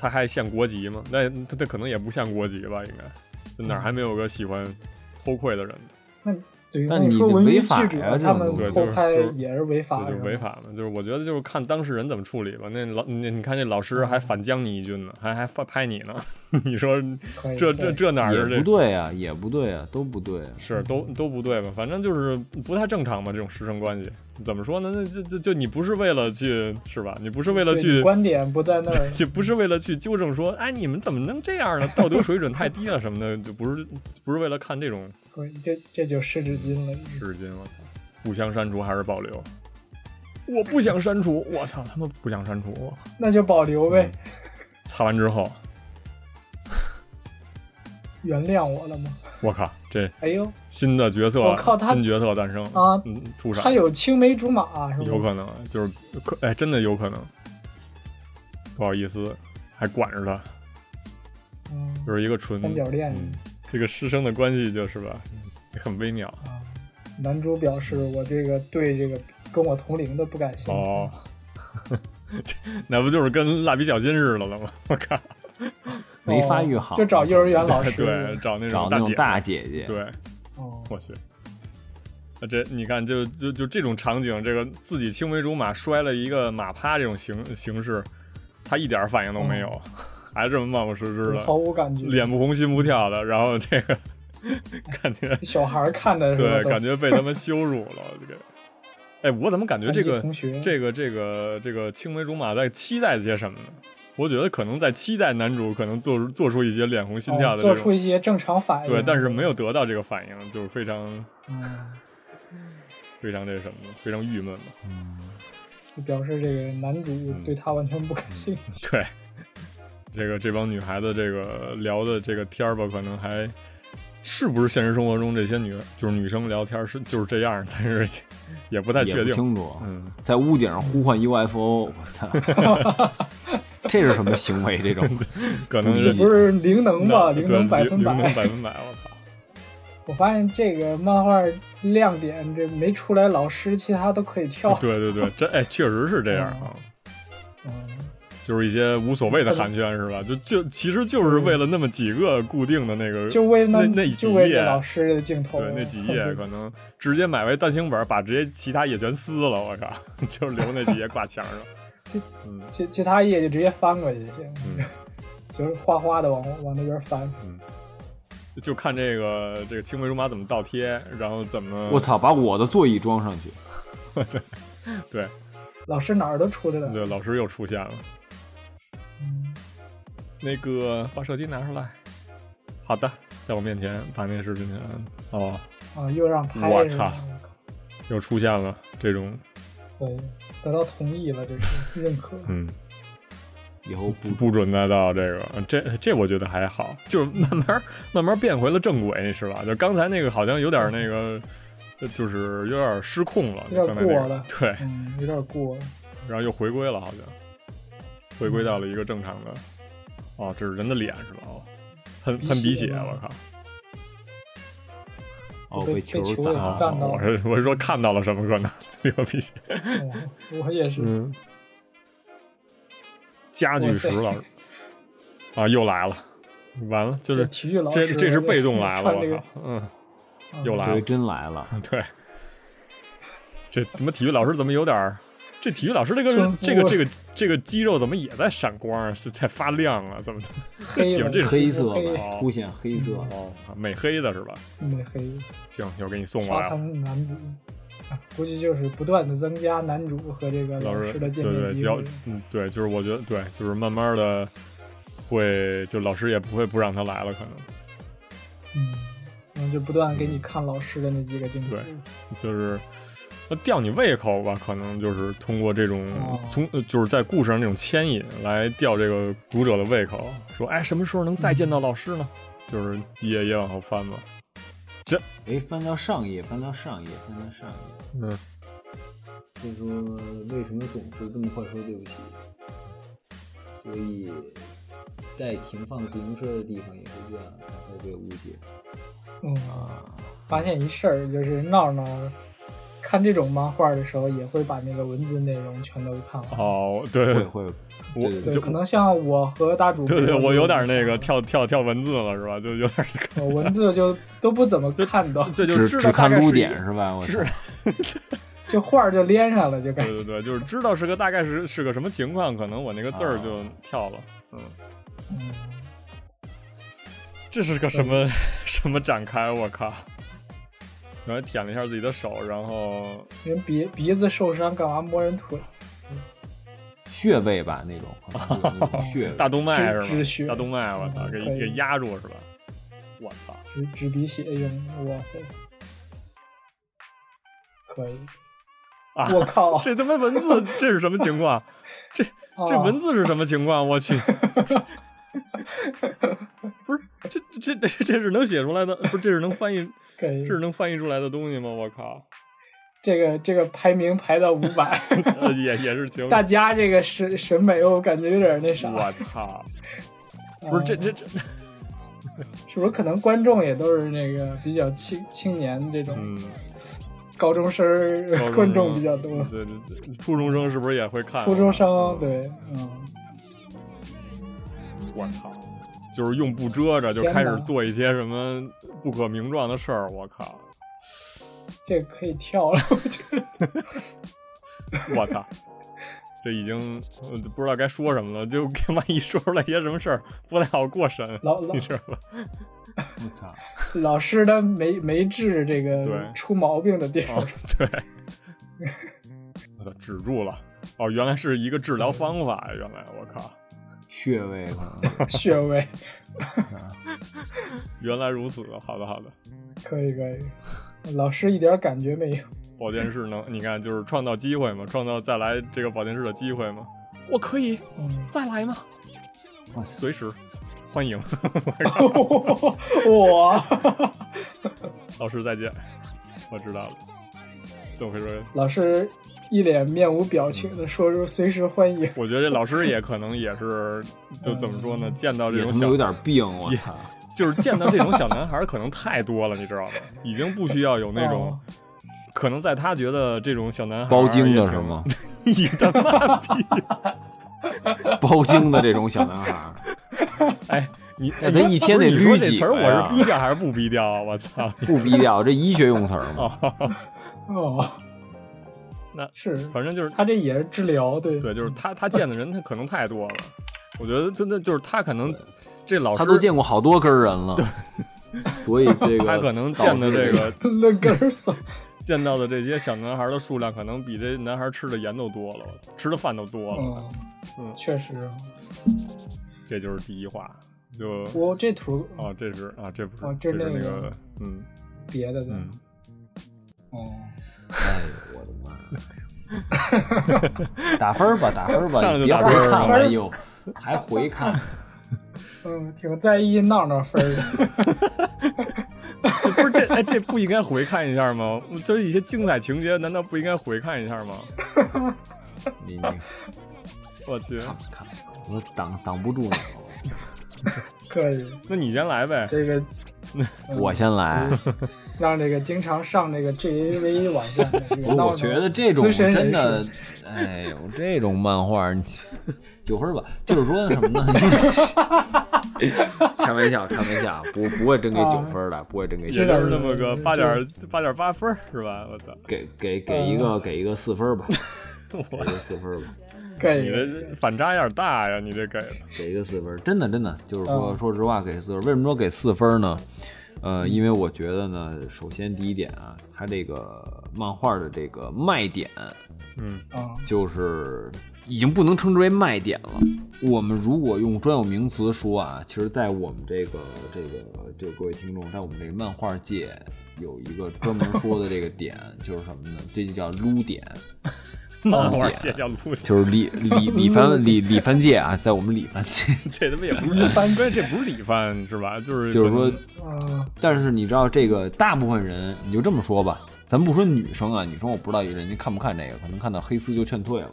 Speaker 3: 他还限国籍吗？那他他可能也不限国籍吧，应该。就哪儿还没有个喜欢偷窥的人呢？
Speaker 5: 对于
Speaker 4: 但
Speaker 5: 那
Speaker 4: 你
Speaker 5: 说
Speaker 4: 这
Speaker 5: 文艺
Speaker 4: 违法
Speaker 5: 记
Speaker 4: 呀
Speaker 5: 者，
Speaker 4: 这
Speaker 5: 他
Speaker 4: 种
Speaker 5: 们
Speaker 4: 东
Speaker 3: 西
Speaker 5: 偷
Speaker 3: 对
Speaker 5: 拍
Speaker 3: 就是
Speaker 5: 也是违
Speaker 4: 嗯
Speaker 5: 法
Speaker 3: 这
Speaker 5: 的，
Speaker 3: 就违法嘛。就是我觉得就是看当事人怎么处理吧。那老那你看这老
Speaker 4: 嗯
Speaker 3: 师还反将你一军呢，还还发拍你呢， <laughs> 你说
Speaker 5: 可以
Speaker 3: 这这这哪儿
Speaker 4: 哎也
Speaker 3: 是
Speaker 4: 不
Speaker 3: 这？哦
Speaker 4: 对啊，也不对啊，都不对啊。
Speaker 3: 是都都不对吧？反正就是不太正常吧，这种师生关系怎么说呢？那就就就你不是为了去是吧？你不是为了
Speaker 5: 对你
Speaker 3: 去
Speaker 5: 观点不在那
Speaker 3: <laughs>，
Speaker 5: 儿
Speaker 3: 就不是为了去纠正说，哎，你们怎么能这样呢？道德水准太低了什么的，就不是不是为了看这种
Speaker 5: 可以这这就失至今了。 <laughs>
Speaker 3: 事情我操，不想删除还是保留？我不想删除，我操，他妈不想删除！我
Speaker 5: 那就保留呗，
Speaker 3: 嗯擦完之后，
Speaker 5: 原谅我了吗？
Speaker 3: 我靠，这
Speaker 5: 哎呦，
Speaker 3: 新的角色，
Speaker 5: 我靠他
Speaker 3: 新角色诞生
Speaker 5: 啊
Speaker 3: 嗯，出场
Speaker 5: 他有青梅竹马、啊是吧？
Speaker 3: 有可能就是可哎，真的有可能，不好意思，还管着他，
Speaker 5: 嗯
Speaker 3: 就是一个纯
Speaker 5: 三角恋。
Speaker 3: 嗯这个师生的关系，就是吧，很微妙
Speaker 5: 啊，男主表示我这个对这个跟我同龄的不感兴趣。
Speaker 3: 哦。 <laughs> 那不就是跟蜡笔小新似的了吗？我靠，
Speaker 4: 没
Speaker 5: 哦
Speaker 4: 发育好
Speaker 5: 就找幼儿园老师。
Speaker 3: <laughs> 对，找那
Speaker 4: 找
Speaker 3: 种
Speaker 4: 那种
Speaker 3: 姐，
Speaker 4: 大姐姐，
Speaker 3: 对，
Speaker 5: 哦，
Speaker 3: 我去，那这你看，就就就这种场景，这个自己青梅竹马摔了一个马趴这种形形式，他一点反应都没有，
Speaker 5: 嗯
Speaker 3: <laughs> 还这么冒冒失失
Speaker 5: 就
Speaker 3: 的，
Speaker 5: 毫无感觉。
Speaker 3: 脸不红心不跳的，然后这
Speaker 5: <laughs>
Speaker 3: 个感觉
Speaker 5: 小孩儿看的时候
Speaker 3: 对，
Speaker 5: 都，
Speaker 3: 感觉被他们羞辱了，这个。哎，我怎么感觉这
Speaker 5: 班级
Speaker 3: 个
Speaker 5: 同学
Speaker 3: 这个这个这个青梅竹马在期待些什么呢？我觉得可能在期待男主可能做出做出一些脸红心跳的、
Speaker 5: 哦
Speaker 3: 这
Speaker 5: 做
Speaker 3: 种。
Speaker 5: 出一些嗯正常反应。
Speaker 3: 对，但是没有得到这个反应，就是非常
Speaker 5: 嗯，
Speaker 3: 非常这什么，非常郁闷嘛。
Speaker 5: 就表示这个男主
Speaker 3: 嗯
Speaker 5: 对他完全不感兴趣。
Speaker 3: <laughs> 对，这个这帮女孩子这个聊的这个天儿吧，可能还是不是现实生活中这些女就是女生聊天儿是就是这样儿，但是 <laughs> 也不太
Speaker 4: 也
Speaker 3: 确
Speaker 4: 不
Speaker 3: 定。
Speaker 4: 清楚。
Speaker 3: 嗯，
Speaker 4: 在屋顶上呼唤 UFO，我操，这是什么行为？这种
Speaker 3: 可能是
Speaker 5: 不是灵能吧？
Speaker 3: 嗯那
Speaker 5: 灵能
Speaker 3: 对
Speaker 5: 百分
Speaker 3: 灵能
Speaker 5: 百。
Speaker 3: 百分百，我
Speaker 5: <laughs>
Speaker 3: 靠！
Speaker 5: 我发现这个漫画亮点，这没出来老师，其他都可以跳。
Speaker 3: 对对对，这哎确实是这样啊，
Speaker 5: 嗯，
Speaker 3: 就是一些无所谓的寒暄是吧？就就其实就是为了那么几个固定的那个，
Speaker 5: 嗯就嗯为
Speaker 3: 那
Speaker 5: 那
Speaker 3: 那几
Speaker 5: 就为
Speaker 3: 页
Speaker 5: 那老师的镜头，
Speaker 3: 对那几
Speaker 5: <laughs>
Speaker 3: 页可能直接买为单行本，把直接其他页全撕了，我靠， <laughs> 就留那几页挂墙上。
Speaker 5: 其
Speaker 3: 嗯
Speaker 5: 其其他页就直接翻过去就行，
Speaker 3: 嗯，
Speaker 5: <laughs> 就是哗哗的往往那边翻。
Speaker 3: 就看这个这个青梅竹马怎么倒贴，然后怎么
Speaker 4: 我操，把我的座椅装上去，
Speaker 3: 对
Speaker 5: 老师哪儿都出来了，
Speaker 3: 对，老师又出现了，
Speaker 5: 嗯
Speaker 3: 那个把手机拿出来。好的，在我面前把那视频按哦，
Speaker 5: 啊，又让拍，
Speaker 3: 我操，又出现了这种
Speaker 5: 对，得到同意了，这是认可，
Speaker 3: 嗯。
Speaker 4: 以后不
Speaker 3: 不准再到这个，这这我觉得还好，就是慢慢儿慢慢儿变回了正轨，是吧？就刚才那个好像有点那个，呃就是有点失控了，
Speaker 5: 有点
Speaker 3: 刚才那个
Speaker 5: 过了
Speaker 3: 对，
Speaker 5: <laughs> 嗯，有点过了，
Speaker 3: 然后又回归了，好像回
Speaker 5: 嗯
Speaker 3: 归到了一个正常的。哦，这是人的脸是吧？哦，喷
Speaker 5: 鼻
Speaker 3: 喷鼻
Speaker 5: 血
Speaker 3: 血，
Speaker 5: 嘛
Speaker 3: 我靠！
Speaker 4: 哦
Speaker 5: 被
Speaker 4: 球
Speaker 5: 被球
Speaker 4: 砸
Speaker 5: 给
Speaker 4: 了
Speaker 5: 干到
Speaker 3: 啊我是我是说看到了什么可能 <laughs> 流鼻血？
Speaker 5: 我我也是，
Speaker 3: 嗯，家具石
Speaker 5: 哇塞
Speaker 3: 老师啊，又来了，完了，就是
Speaker 5: 这体育老
Speaker 3: 这
Speaker 5: 师，
Speaker 3: 这是被动来了，
Speaker 5: 穿这
Speaker 3: 我
Speaker 5: 个
Speaker 3: 靠，嗯，
Speaker 5: 嗯
Speaker 3: 又来
Speaker 4: 这
Speaker 3: 了
Speaker 4: 回，真来了，
Speaker 3: 对，这怎么体育老师怎么有点儿？这体育老师这
Speaker 5: 村
Speaker 3: 个
Speaker 5: 夫啊
Speaker 3: 这个这个这个肌肉怎么也在闪光啊，是在发亮啊？怎么的？
Speaker 5: 黑
Speaker 3: 喜欢
Speaker 5: 了
Speaker 3: 这种啊
Speaker 4: 黑色
Speaker 5: 黑
Speaker 4: 吧，凸显黑色。
Speaker 3: 哦，美黑的是吧？
Speaker 5: 嗯黑
Speaker 3: 行，一会儿给你送过
Speaker 5: 沙
Speaker 3: 来了。
Speaker 5: 滩男子。啊估计就是不断的增加男主和这个
Speaker 3: 老
Speaker 5: 老
Speaker 3: 师
Speaker 5: 师的见
Speaker 3: 对
Speaker 5: 面
Speaker 3: 对
Speaker 5: 机
Speaker 3: 教
Speaker 5: 会，
Speaker 3: 嗯对，就是我觉得对，就是慢慢的会，就老师也不会不让他来了，可能
Speaker 5: 嗯，然后就不断给你看老师的那几个镜头，
Speaker 3: 嗯对就是。呃吊你胃口吧，可能就是通过这种
Speaker 5: 哦
Speaker 3: 从呃就是在故事上这种牵引来吊这个读者的
Speaker 5: 嗯
Speaker 3: 胃口，说哎什么时候能再见到老师呢？就是一页一页往后翻吧，
Speaker 6: 哎，翻到上页，翻到上页，翻到上页。
Speaker 3: 嗯，
Speaker 6: 就说为什么总是这么快说对不起？所以在停放自行车的地方也是这样，才会被误解。
Speaker 5: 嗯，发现一事儿就是闹闹看这种漫画的时候，也会把那个文字内容全都看完。
Speaker 3: 哦，对对
Speaker 6: 会
Speaker 3: 对，
Speaker 6: 会，
Speaker 3: 我
Speaker 6: 对
Speaker 5: 对，
Speaker 3: 就
Speaker 5: 可能像我和大主播，
Speaker 3: 对对，我有点那个
Speaker 5: <laughs>
Speaker 3: 跳跳跳文字了是吧？就有点
Speaker 5: 我呃文字就都不怎么看到，
Speaker 3: 这就
Speaker 6: 只
Speaker 3: 知道
Speaker 6: 只
Speaker 3: 大
Speaker 6: 看
Speaker 3: 概
Speaker 6: 污
Speaker 3: 是一
Speaker 6: 点是吧？我
Speaker 3: 是
Speaker 6: 操，
Speaker 5: 这画儿就连上了，就感
Speaker 3: 对
Speaker 5: 觉
Speaker 3: 对对，就是知道是个大概是是个什么情况，可能我那个字儿就
Speaker 5: 啊
Speaker 3: 跳了。嗯，
Speaker 5: 嗯
Speaker 3: 这是个什么 <laughs> 什么展开？我靠！昨天舔了一下自己的手，然后
Speaker 5: 人鼻鼻子受伤，干嘛摸人腿？
Speaker 6: 穴位吧那种，好像有那种穴
Speaker 3: <laughs>
Speaker 6: 位
Speaker 3: 大动脉
Speaker 5: 止止
Speaker 3: 是
Speaker 5: 血嗯
Speaker 3: 吗？大动脉，我操，给
Speaker 5: 可以
Speaker 3: 给压住是吧？我操！
Speaker 5: 止止鼻血用的，哇塞，可以！
Speaker 3: 啊
Speaker 5: 我靠，
Speaker 3: 这他妈文字，这是什么情况？这 <laughs> 这
Speaker 5: 啊
Speaker 3: 文字是什么情况？我
Speaker 5: <laughs>
Speaker 3: 去！不是，这这这这是能写出来的？不是，这是能翻译，
Speaker 5: 可以
Speaker 3: 这，是能翻译出来的东西吗？我靠！
Speaker 5: 这个这个排名排到五
Speaker 3: <laughs>
Speaker 5: 百，
Speaker 3: 呃也也是情，
Speaker 5: 大家这个审审美，我感觉有点那啥，啊
Speaker 3: 我
Speaker 5: <laughs>
Speaker 3: 操！不是这这这， <laughs>
Speaker 5: 是不是可能观众也都是那个比较青青年这种
Speaker 3: 嗯，
Speaker 5: 高中生儿
Speaker 3: 高中生
Speaker 5: <laughs> 观众比较多，
Speaker 3: 对对对，初中生是不是也会看？啊
Speaker 5: 初中生对，嗯，
Speaker 3: 我操，就是用不遮着就
Speaker 5: 天哪
Speaker 3: 开始做一些什么不可名状的事儿，我靠，
Speaker 5: 这个可以跳了，我觉得
Speaker 3: 我
Speaker 5: <laughs>
Speaker 3: 操，这已经呃不知道该说什么了，就万一说出来些什么事儿不太好过审，
Speaker 5: 老老
Speaker 3: 你知道吧？
Speaker 6: 我操，
Speaker 5: 老师他没没治这个
Speaker 3: 对
Speaker 5: 出毛病的地
Speaker 3: 啊
Speaker 5: 方，，
Speaker 3: 对，呃止住了。哦，原来是一个治疗方法，原来我靠，
Speaker 6: 穴位可
Speaker 3: <laughs>
Speaker 6: 能
Speaker 5: 穴位
Speaker 3: 原来如此，好的好的。
Speaker 5: 可以可以，老师一点感觉没有，
Speaker 3: 保健室 <laughs> 能，你看就是创造机会嘛，创造再来这个保健室的机会嘛。我可以
Speaker 5: 嗯，
Speaker 3: 再来吗？
Speaker 6: 哇塞
Speaker 3: 随时，欢迎， <laughs>
Speaker 5: 哇，
Speaker 3: 老师再见。我知道了，这么回事。
Speaker 5: 老师一脸面无表情的说出随时欢迎，
Speaker 3: 我觉得这老师也可能也是，就怎么说呢？见到这
Speaker 6: 嗯也
Speaker 3: 种
Speaker 6: 他妈
Speaker 3: 小
Speaker 6: 有，点病，我
Speaker 3: 也
Speaker 6: 操，
Speaker 3: 就是见到这种小男孩儿可能太多了，你知道吗？已经不需要有那种
Speaker 5: 哦，
Speaker 3: 可能在他觉得这种小男孩儿
Speaker 6: 包茎的
Speaker 3: 也
Speaker 6: 是
Speaker 3: 挺
Speaker 6: 吗？？
Speaker 3: <laughs> 你他妈逼！
Speaker 6: 包茎的这种小男孩
Speaker 3: <laughs>
Speaker 6: 儿，
Speaker 3: 哎，你
Speaker 6: <laughs> 哎他一天
Speaker 3: 不是
Speaker 6: 得
Speaker 3: 你说
Speaker 6: 捋
Speaker 3: 这
Speaker 6: 几
Speaker 3: 词儿，
Speaker 6: 个呀
Speaker 3: 我是逼调还是不逼调啊？我操！
Speaker 6: 不逼调，这医学用词儿嘛。
Speaker 3: 哦，
Speaker 5: 哦，
Speaker 3: 那
Speaker 5: 是，
Speaker 3: 反正就是
Speaker 5: 他这也是治疗，对，
Speaker 3: <laughs>
Speaker 5: <laughs>
Speaker 3: 对，就是他他见的人他可能太多了，我觉得真的就是他可能这老师
Speaker 6: 他都见过好多根儿人了， <laughs> 所以这个
Speaker 3: 他可能见的这个
Speaker 5: 论根儿扫，
Speaker 3: 见到的这些小男孩的数量，可能比这男孩吃的盐都多了，吃的饭都多了，
Speaker 6: 哦
Speaker 5: 嗯，
Speaker 3: 嗯
Speaker 5: 确实，
Speaker 3: 这就是第一话。就
Speaker 5: 我这图
Speaker 3: 哦，这是啊，这不是，
Speaker 5: 哦
Speaker 3: 这是
Speaker 5: 这是
Speaker 3: 那
Speaker 5: 那
Speaker 3: 个
Speaker 5: 个，
Speaker 3: 嗯
Speaker 5: 别的的，
Speaker 3: 嗯，
Speaker 5: 哦，
Speaker 3: <laughs>
Speaker 6: 哎呦我的妈呀！打分儿吧，打分儿吧，
Speaker 3: 上来就
Speaker 6: 别
Speaker 3: 打分儿
Speaker 6: 回看
Speaker 5: 打分
Speaker 6: 了，哎
Speaker 5: 儿
Speaker 6: 呦，还回看，
Speaker 5: 嗯，挺在意闹闹分儿
Speaker 6: <laughs>
Speaker 5: 的，
Speaker 3: 这不是这哎，这不应该回看一下吗？就是一些精彩情节，难道不应该回看一下吗？
Speaker 6: 你你看
Speaker 3: 我去，
Speaker 6: 吧看吧，我挡挡不住你，
Speaker 5: 可以，
Speaker 3: 那你先来呗。
Speaker 5: 这个嗯
Speaker 6: 我先来。
Speaker 5: 让这个经常上这个 GAV 网站的这
Speaker 6: 不
Speaker 5: 个
Speaker 6: 是，
Speaker 5: 闹
Speaker 6: 我
Speaker 5: 闹
Speaker 6: 觉得这种
Speaker 5: 资深人
Speaker 6: 真
Speaker 5: 士
Speaker 6: 的，哎呦，这种漫画儿你 <laughs> 九分儿吧，就是说什么
Speaker 5: <laughs>
Speaker 6: 呢？开玩笑，开玩笑，不不会真给九分儿的，不会真给九
Speaker 3: 也就
Speaker 6: 分儿的
Speaker 5: 知道
Speaker 3: 是那么个八点八点八分儿是吧？我操，
Speaker 6: 给给给一个给一个四分儿吧，给一个四分儿吧，
Speaker 5: 可
Speaker 3: 你
Speaker 5: 以，
Speaker 3: 这反差有点大呀，你这给的。
Speaker 6: 给一个四分儿，真的真的就是说，说实话给四分儿。为什么说给四分儿呢？呃，因为我觉得呢，首先第一点啊，它这个漫画的这个卖点，
Speaker 3: 嗯，
Speaker 5: 嗯，
Speaker 6: 就是已经不能称之为卖点了。我们如果用专有名词说啊，其实，在我们这个这个，就各位听众，在我们这个漫画界有一个专门说的这个点，就是什么呢？这就叫撸点。
Speaker 3: <laughs> 漫画界叫撸铁，
Speaker 6: 就是李李李帆李李帆界啊，在我们李帆界，
Speaker 3: 这他妈也不是
Speaker 5: 翻
Speaker 3: 关键这不是李帆是吧？就是
Speaker 6: 就是说，
Speaker 5: 嗯，
Speaker 6: 但是你知道这个大部分人，你就这么说吧，咱们不说女生啊，女生我不知道人家看不看这个，可能看到黑丝就劝退了。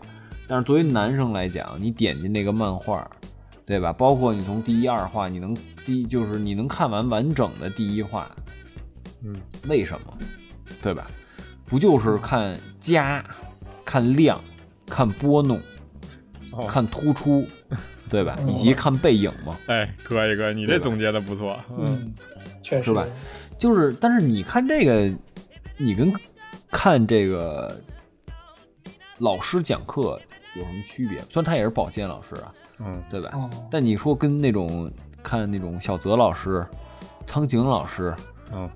Speaker 6: 但是作为男生来讲，你点进这个漫画，对吧？包括你从第一二话，你能第一就是你能看完完整的第一话，
Speaker 3: 嗯，
Speaker 6: 为什么？对吧？不就是看加、看量、看波动、
Speaker 3: 哦
Speaker 6: 看突出，对吧？
Speaker 5: 嗯
Speaker 6: 以及看背影吗？
Speaker 3: 哎，可以可以，你
Speaker 6: 对
Speaker 3: 这
Speaker 6: 吧
Speaker 3: 总结的不错，嗯，
Speaker 5: 嗯，确实
Speaker 6: 是吧就是，但是你看这个，你跟看这个老师讲课有什么区别？虽然他也是保健老师啊，
Speaker 3: 嗯，
Speaker 6: 对吧？
Speaker 5: 哦，
Speaker 6: 但你说跟那种看那种小泽老师、苍井老师，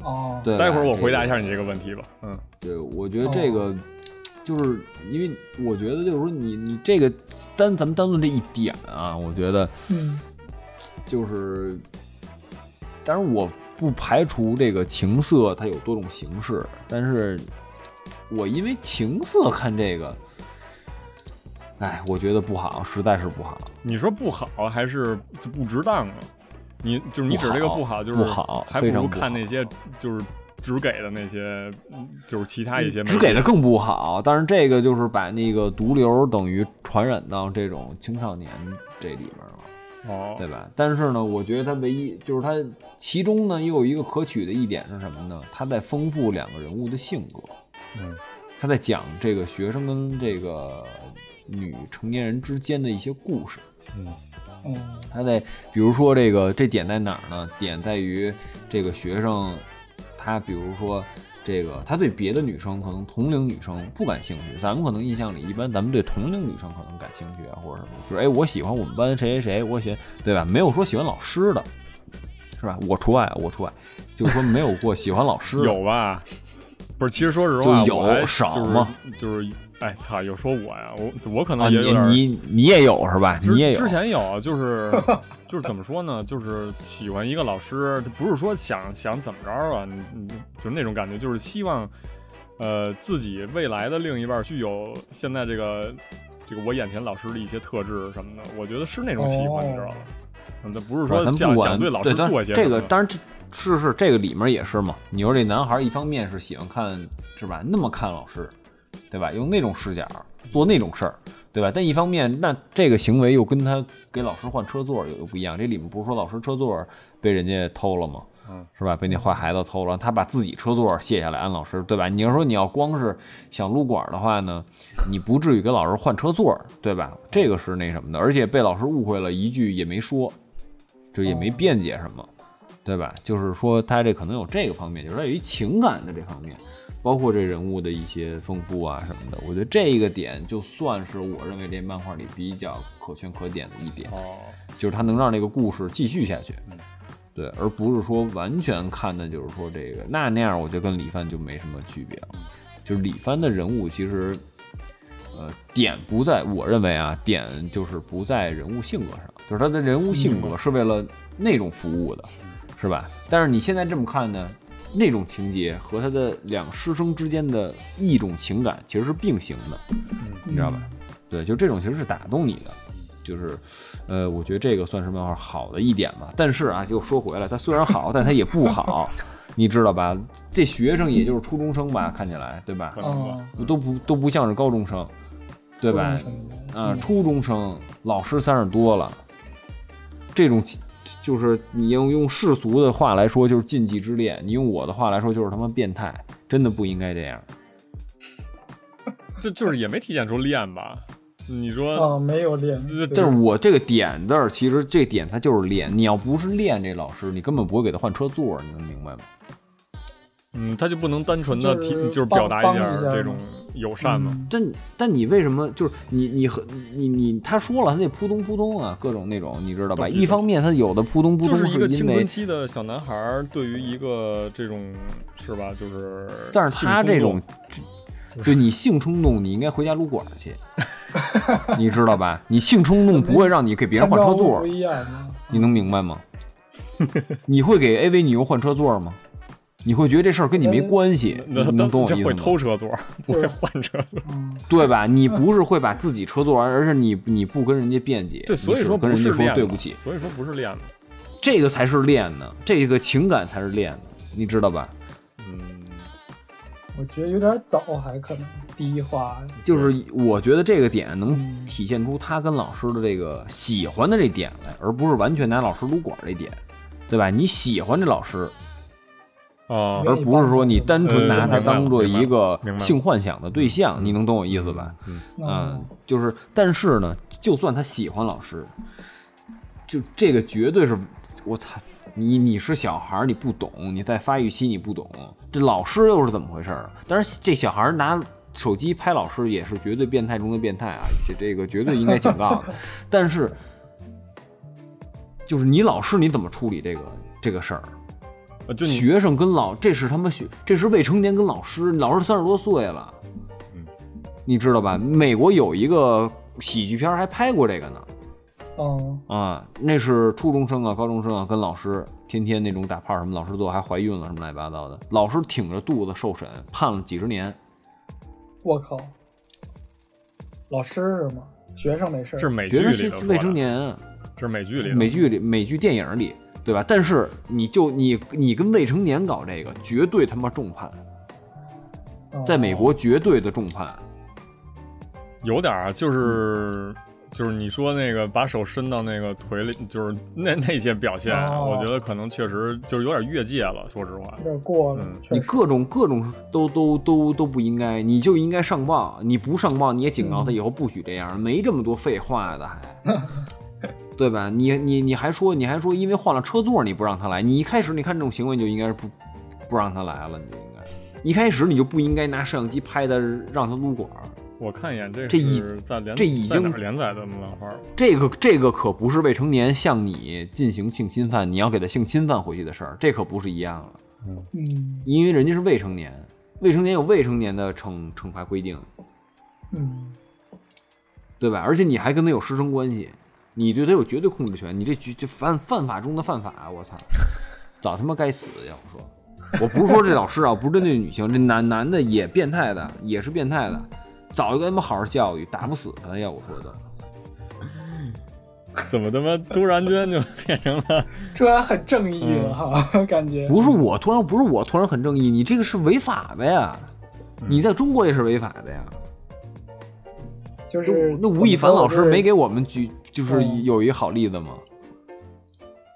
Speaker 5: 哦，
Speaker 6: 对吧，
Speaker 3: 待会儿我回答一
Speaker 6: 这个
Speaker 3: 下你这个问题吧，嗯，
Speaker 6: 对，我觉得这个、就是因为我觉得就是说你你这个单咱们单论这一点啊，我觉得
Speaker 5: 嗯，
Speaker 6: 就是，当然我不排除这个情色它有多种形式，但是我因为情色看这个，哎，我觉得不好，实在是不好。
Speaker 3: 你说不好还是就不值当啊？你就是你指这个
Speaker 6: 不好
Speaker 3: 好，就是
Speaker 6: 不好
Speaker 3: 还不
Speaker 6: 非常
Speaker 3: 如
Speaker 6: 不好
Speaker 3: 看那些就是只给的那些，嗯就是其他一些媒
Speaker 6: 只给
Speaker 3: 介
Speaker 6: 的更不好，但是这个就是把那个毒瘤等于传染到这种青少年这里面了。
Speaker 3: 哦，
Speaker 6: 对吧？但是呢，我觉得它唯一就是它其中呢又有一个可取的一点是什么呢？它在丰富两个人物的性格。
Speaker 3: 嗯，
Speaker 6: 他在讲这个学生跟这个女成年人之间的一些故事。
Speaker 5: 嗯，
Speaker 6: 他在比如说这个这点在哪儿呢？点在于这个学生，他比如说这个他对别的女生可能同龄女生不感兴趣，咱们可能印象里一般咱们对同龄女生可能感兴趣啊，或者什么，就是哎我喜欢我们班谁谁谁，我喜欢对吧？没有说喜欢老师的，是吧？我除外啊，我除外，就是说没有过喜欢老师的。
Speaker 3: 有吧？不是，其实说实话，
Speaker 6: 就有
Speaker 3: 我还
Speaker 6: 少
Speaker 3: 就是
Speaker 6: 嘛
Speaker 3: 就是，哎操，有说我呀，我我可
Speaker 6: 啊，
Speaker 3: 能
Speaker 6: 你
Speaker 3: 也有点儿
Speaker 6: 你你也有是吧？
Speaker 3: 之
Speaker 6: 你也有
Speaker 3: 之前有，就是就是怎么说呢？就是喜欢一个老师，就不是说想想怎么着啊，你你就是那种感觉，就是希望呃自己未来的另一半具有现在这个这个我眼前老师的一些特质什么的，我觉得是那种喜欢，
Speaker 5: 哦
Speaker 3: 你知道吗？嗯，这不是
Speaker 6: 不是
Speaker 3: 说
Speaker 6: 咱
Speaker 3: 想
Speaker 6: 不
Speaker 3: 想
Speaker 6: 管
Speaker 3: 对老师
Speaker 6: 当然
Speaker 3: 做些
Speaker 6: 这
Speaker 3: 什
Speaker 6: 个，
Speaker 3: 么，
Speaker 6: 当然这是是这个里面也是嘛。你说这男孩一方面是喜欢看是吧，那么看老师，对吧？用那种视角做那种事儿，对吧？但一方面，那这个行为又跟他给老师换车座儿有又不一样。这里面不是说老师车座儿被人家偷了吗？
Speaker 3: 嗯，
Speaker 6: 是吧？被那坏孩子偷了，他把自己车座儿卸下来安老师，对吧？你要说你要光是想撸管儿的话呢，你不至于给老师换车座儿，对吧？这个是那什么的，而且被老师误会了一句也没说，就也没辩解什么，对吧？就是说他这可能有这个方面，就是在于情感的这方面，包括这人物的一些丰富啊什么的。我觉得这一个点就算是我认为这漫画里比较可圈可点的一点，
Speaker 3: 哦，
Speaker 6: 就是它能让这个故事继续下去。对，而不是说完全看的就是说这个那那样，我觉得跟李帆就没什么区别了。就是李帆的人物其实，呃，点不在，我认为啊，点就是不在人物性格上，就是他的人物性格是为了那种服务的，是吧？但是你现在这么看呢，那种情节和他的两师生之间的一种情感其实是并行的，
Speaker 5: 嗯
Speaker 6: 你知道吧？对，就这种其实是打动你的，就是，呃，我觉得这个算是漫画好的一点吧。但是啊，又说回来，它虽然好，但它也不
Speaker 5: <laughs>
Speaker 6: 好，你知道吧？这学生也就是初中生吧，看起来对吧
Speaker 3: 可？能吧，
Speaker 5: 哦，
Speaker 6: 都不都不像是高中生，对吧？
Speaker 5: 初中生嗯
Speaker 6: 啊、初中生，老师三十多了，这种就是你用用世俗的话来说，就是禁忌之恋；你用我的话来说，就是他妈变态，真的不应该这样。
Speaker 3: 就就是也没体现出恋吧？你说
Speaker 5: 哦，没有练，
Speaker 3: 这
Speaker 5: 对
Speaker 6: 但是我这个点字儿，其实这点它就是练。你要不是练这老师，你根本不会给他换车座，你能明白吗？
Speaker 3: 嗯，他就不能单纯的
Speaker 5: 就是
Speaker 3: 提，就是
Speaker 5: 帮
Speaker 3: 表达一
Speaker 5: 帮
Speaker 3: 下
Speaker 5: 一下
Speaker 3: 这种友善嘛？
Speaker 5: 嗯
Speaker 6: 但但你为什么就是你你和你你他说了，他那扑通扑通啊，各种那种，你知道吧？一方面他有的扑通扑
Speaker 3: 就是
Speaker 6: 通
Speaker 3: 一个
Speaker 6: 因
Speaker 3: 青
Speaker 6: 为
Speaker 3: 春，期的小男孩儿，对于一个这种是吧，就是
Speaker 6: 但是
Speaker 3: 性
Speaker 6: 他
Speaker 3: 冲动
Speaker 6: 这种，对你性冲动，你应该回家撸管去，你知道吧？你性冲动不会让你给别人换车
Speaker 5: 参照
Speaker 6: 座
Speaker 5: 物不，一样吗？
Speaker 6: 你能明白吗？你会给 AV 女优换车座吗？你会觉得这事儿跟你没关系，你
Speaker 3: 呃那
Speaker 6: 能懂我
Speaker 3: 这
Speaker 6: 意思
Speaker 3: 会
Speaker 6: 吗？
Speaker 3: 偷车座，不会换车座。
Speaker 5: 嗯，
Speaker 6: 对吧？你不是会把自己车做
Speaker 3: <laughs>
Speaker 6: 完，而是你你不跟人家辩解，
Speaker 3: 对，所以
Speaker 6: 你只
Speaker 3: 说
Speaker 6: 跟
Speaker 3: 不
Speaker 6: 人
Speaker 3: 是
Speaker 6: 家
Speaker 3: 练
Speaker 6: 说
Speaker 3: 的
Speaker 6: 对不起，
Speaker 3: 所以说不是练的。
Speaker 6: 这个才是练呢，这个情感才是练呢，你知道吧？
Speaker 3: 嗯，
Speaker 5: 我觉得有点早，还可能第一话，
Speaker 6: 就是我觉得这个点能
Speaker 5: 嗯
Speaker 6: 体现出他跟老师的这个喜欢的这点来，而不是完全拿老师撸管这点，对吧？你喜欢这老师，
Speaker 3: 哦，
Speaker 6: 而不是说你单纯拿
Speaker 3: 呃
Speaker 6: 他
Speaker 3: 明白了
Speaker 6: 当做一个
Speaker 3: 明白了
Speaker 6: 性幻想的对象，你能懂我意思吧？
Speaker 3: 嗯？
Speaker 6: 嗯
Speaker 5: 嗯，，
Speaker 6: 就是，但是呢，就算他喜欢老师，就这个绝对是，我操，你你是小孩儿，你不懂，你在发育期你不懂，这老师又是怎么回事儿啊？当然，这小孩儿拿手机拍老师也是绝对变态中的变态啊，这这个绝对应该警告的。但是，就是你老师你怎么处理这个这个事儿？
Speaker 3: 呃就你
Speaker 6: 学生跟老，这是他们学，这是未成年跟老师，老师三十多岁了，
Speaker 3: 嗯
Speaker 6: 你知道吧？美国有一个喜剧片儿还拍过这个呢，
Speaker 5: 哦，
Speaker 6: 啊，那是初中生啊、高中生啊，跟老师天天那种打炮什么，老师做还怀孕了什么乱七八糟的，老师挺着肚子受审，判了几十年，
Speaker 5: 我靠，老师是吗？学生没事儿，
Speaker 3: 这是美剧
Speaker 6: 觉得
Speaker 3: 里
Speaker 6: 是
Speaker 3: 头
Speaker 6: 未
Speaker 3: 说
Speaker 6: 成
Speaker 3: 的，
Speaker 6: 年啊。
Speaker 3: 这是美剧里的
Speaker 6: 美剧里、美剧电影里，对吧？但是你就你你跟未成年搞这个，绝对他妈重判，
Speaker 5: 哦
Speaker 6: 在美国绝对的重判。
Speaker 3: 有点儿啊，就是就是你说那个把手伸到那个腿里，就是那那些表现，啊
Speaker 5: 哦
Speaker 3: 我觉得可能确实就是有点越界了。说实话
Speaker 5: 有，点过了
Speaker 3: 嗯，
Speaker 5: 确
Speaker 6: 你
Speaker 5: 实，
Speaker 6: 各种各种都都都都不应该，你就应该上报，你不上报你也警
Speaker 5: 嗯
Speaker 6: 告他以后不许这样，没这么多废话
Speaker 5: <laughs>
Speaker 6: 的还，对吧？你你你还说你还说因为换了车座你不让他来，你一开始你看这种行为你就应该是不不让他来了，你就应该一开始你就不应该拿摄像机拍他让他撸管儿，
Speaker 3: 我看一眼，这
Speaker 6: 这已
Speaker 3: 是在连
Speaker 6: 这已
Speaker 3: 在哪
Speaker 6: 经
Speaker 3: 儿连载的漫画？
Speaker 6: 这个这个可不是未成年向你进行性侵犯，你要给他性侵犯回去的事儿，这可不是一样了。
Speaker 5: 嗯
Speaker 6: 因为人家是未成年，未成年有未成年的惩惩罚规定，
Speaker 5: 嗯，
Speaker 6: 对吧？而且你还跟他有师生关系，你对他有绝对控制权，你这局这犯犯法中的犯法，啊我操，早他妈该死！要我说，我不是说这老师啊，我不是针对女性，这男男的也变态的，也是变态的，早就给他们好好教育，打不死他，要我说的。
Speaker 3: 怎么他妈突然间就变成了？
Speaker 5: 这还很正义了哈， <laughs> 感觉
Speaker 6: 嗯不是我突然，不是我突然很正义，你这个是违法的呀，
Speaker 3: 嗯
Speaker 6: 你在中国也是违法的呀。
Speaker 5: 就是
Speaker 6: 那吴亦凡老师没
Speaker 5: 给。
Speaker 6: 给我们举，就是
Speaker 5: 嗯
Speaker 6: 有一个好例子吗？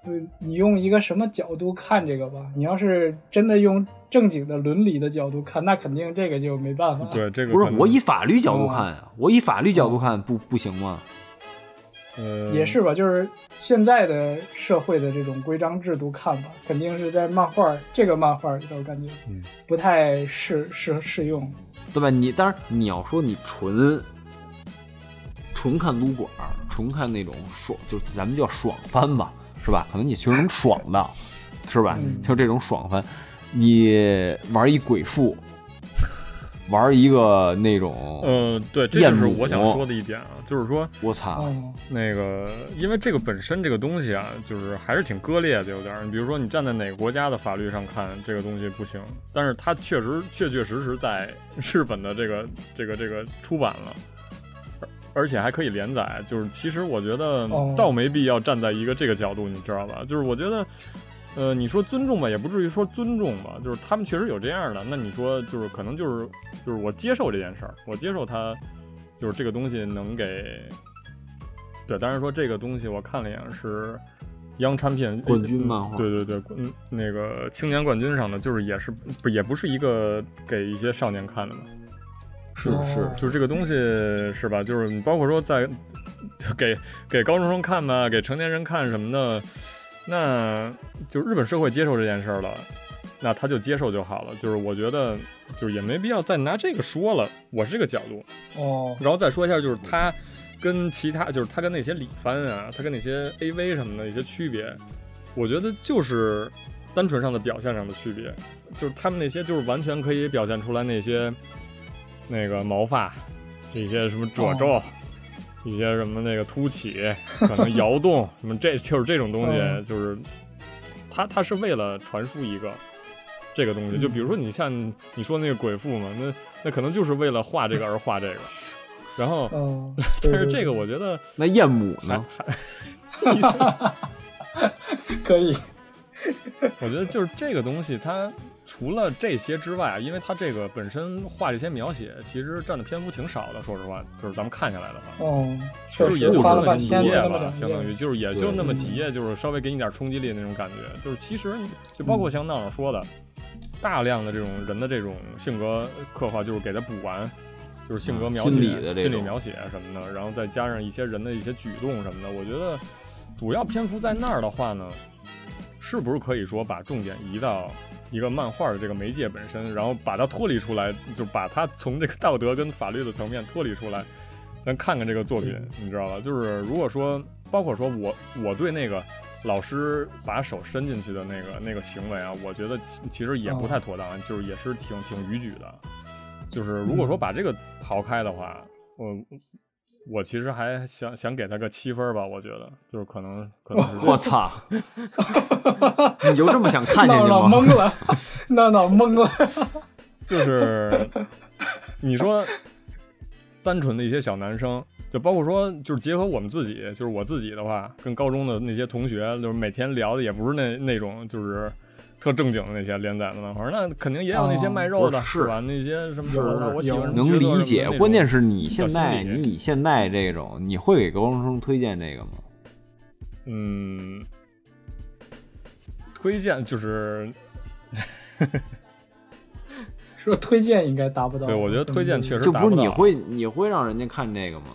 Speaker 5: 对呃你用一个什么角度看这个吧？你要是真的用正经的伦理的角度看，那肯定这个就没办法。，
Speaker 3: 对，这个
Speaker 6: <laughs> 不
Speaker 3: 可
Speaker 6: 是
Speaker 3: 能
Speaker 6: 我以法律角
Speaker 5: 嗯
Speaker 6: 度看呀，我以法律角度看不不行吗？
Speaker 3: 呃
Speaker 5: 也是吧？就是现在的社会的这种规章制度看吧，肯定是在漫画这个漫画里头感觉
Speaker 3: 嗯
Speaker 5: 不太适适适用。
Speaker 6: 对吧？你当然你要说你纯纯看撸管儿，纯看那种爽，就咱们叫爽番吧，是吧？可能你其实能爽的，是吧？
Speaker 5: 嗯
Speaker 6: 就这种爽番，你玩一鬼父，玩一个那种，
Speaker 3: 呃，对，这就是
Speaker 6: 艳母
Speaker 3: 我想说的一点啊，就是说
Speaker 6: 我操，
Speaker 5: 哦，
Speaker 3: 那个，因为这个本身这个东西啊，就是还是挺割裂的，有点儿。你比如说，你站在哪个国家的法律上看，这个东西不行，但是它确实确确实实在 <laughs> 日本的这个这个这个出版了。而而且还可以连载，就是其实我觉得
Speaker 5: 哦
Speaker 3: 倒没必要站在一个这个角度，你知道吧？就是我觉得，呃，你说尊重吧，也不至于说尊重吧，就是他们确实有这样的，那你说就是可能就是就是我接受这件事儿，我接受它，就是这个东西能给，对，当然说这个东西我看了一眼是。央产品
Speaker 6: 冠军漫画
Speaker 3: 对对对，嗯，那个青年冠军上的，就是也是不也不是一个给一些少年看的嘛，
Speaker 6: 是
Speaker 5: 哦
Speaker 6: 是，
Speaker 3: 就是这个东西是吧？就是你包括说在给给高中生看吧，给成年人看什么的，那就日本社会接受这件事儿了，那他就接受就好了。就是我觉得，就是也没必要再拿这个说了，我是这个角度。
Speaker 5: 哦，
Speaker 3: 然后再说一下，就是它跟其他，就是它跟那些李帆啊，它跟那些 AV 什么的一些区别，我觉得就是单纯上的表现上的区别，就是他们那些就是完全可以表现出来那些那个毛发，一些什么褶皱。一些什么那个凸起，可能摇动，什么这就是这种东西，
Speaker 5: 嗯
Speaker 3: 就是它它是为了传输一个这个东西。就比如
Speaker 5: 嗯
Speaker 3: 说你像你说那个鬼父嘛，那那可能就是为了画这个而画这个。然后， <laughs>
Speaker 5: 嗯，对
Speaker 3: 但是
Speaker 5: 对
Speaker 3: 这
Speaker 5: 对
Speaker 3: 个我觉得
Speaker 6: 那燕母呢？
Speaker 3: 哎
Speaker 5: 可以，
Speaker 3: 我觉得就是这个东西，它除了这些之外，啊因为它这个本身画这些描写，其实占的篇幅挺少的。说实话，就是咱们看下来的话，
Speaker 5: 嗯，确
Speaker 3: 就是
Speaker 5: 实
Speaker 3: 也就
Speaker 5: 花
Speaker 3: 那
Speaker 5: 了
Speaker 3: 么
Speaker 5: 半
Speaker 3: 几
Speaker 5: 天
Speaker 3: 页
Speaker 5: 才那么
Speaker 3: 吧，
Speaker 5: 两
Speaker 3: 相当于
Speaker 5: 页
Speaker 3: 就是也就那
Speaker 5: 嗯
Speaker 3: 么几页，就是稍微给你点冲击力那种感觉。就是其实你就包
Speaker 5: 嗯
Speaker 3: 括像闹闹说的，大量的这种人的这种性格刻画，就是给他补完。就是性格
Speaker 6: 嗯
Speaker 3: 描写、
Speaker 6: 心理的这
Speaker 3: 心理
Speaker 6: 种
Speaker 3: 描写什么的，然后再加上一些人的一些举动什么的，我觉得主要篇幅在那儿的话呢，是不是可以说把重点移到一个漫画的这个媒介本身，然后把它脱离出来，就把它从这个道德跟法律的层面脱离出来，咱看看这个作品，你知道吧？就是如果说，包括说我我对那个老师把手伸进去的那个那个行为啊，我觉得其其实也不太妥当，就是也是挺挺逾矩的。就是如果说把这个刨开的话，我我其实还想想给他个七分吧，我觉得就是可能可能是这样
Speaker 6: 我
Speaker 5: <laughs>
Speaker 6: 操！你就这么想看见
Speaker 5: 闹
Speaker 6: 去
Speaker 5: 闹
Speaker 6: 吗？
Speaker 5: 懵
Speaker 3: <laughs>
Speaker 5: 了，闹闹懵了，
Speaker 3: 就是
Speaker 6: <laughs>
Speaker 3: 你说单纯的一些小男生，就包括说，就是结合我们自己，就是我自己的话，跟高中的那些同学，就是每天聊的也不是那那种就是特正经的那些连载的漫画，那肯定也有那些卖肉的，
Speaker 6: 哦
Speaker 3: 是吧？那些什么
Speaker 5: 是
Speaker 3: 我操，我喜欢什么
Speaker 6: 能
Speaker 3: 角色
Speaker 6: 理
Speaker 3: 什
Speaker 6: 解
Speaker 3: 么那，种
Speaker 6: 关键是你
Speaker 3: 小
Speaker 6: 现
Speaker 3: 心
Speaker 6: 在，
Speaker 3: 理
Speaker 6: 你以现在这种，你会给高中生推荐这个吗？
Speaker 3: 嗯，推荐就是
Speaker 5: 说推荐应该达不到。嗯
Speaker 3: 对我觉得推荐确实
Speaker 6: 就
Speaker 3: 达
Speaker 6: 不是
Speaker 3: 到啊
Speaker 6: 你会你会让人家看这个吗？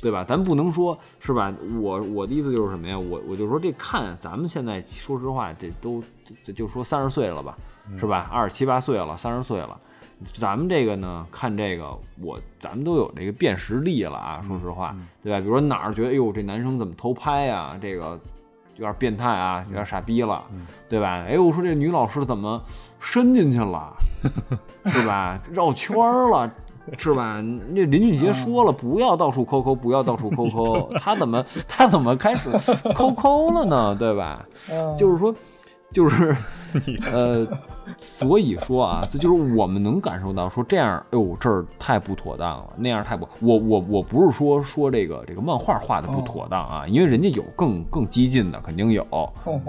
Speaker 6: 对吧？咱不能说是吧？我我的意思就是什么呀？我我就说这看咱们现在说实话，这都这就说三十岁了吧，
Speaker 3: 嗯
Speaker 6: 是吧？二十七八岁了，三十岁了，咱们这个呢，看这个我咱们都有这个辨识力了啊，
Speaker 3: 嗯
Speaker 6: 说实话，对吧？比如说哪儿觉得哎呦这男生怎么偷拍啊，这个有点变态啊，
Speaker 3: 嗯
Speaker 6: 有点傻逼了，对吧？哎，我说这女老师怎么伸进去了， <laughs> 是吧？绕圈儿了。是吧？那林俊杰说了，不要到处抠抠，不要到处抠抠。他怎么他怎么开始抠抠了呢？对吧？
Speaker 5: 嗯
Speaker 6: 就是说，就是呃，所以说啊，这就是我们能感受到说这样，哎呦，这儿太不妥当了，那样太不，我我我不是说说这个这个漫画画的不妥当啊，因为人家有更更激进的，肯定有，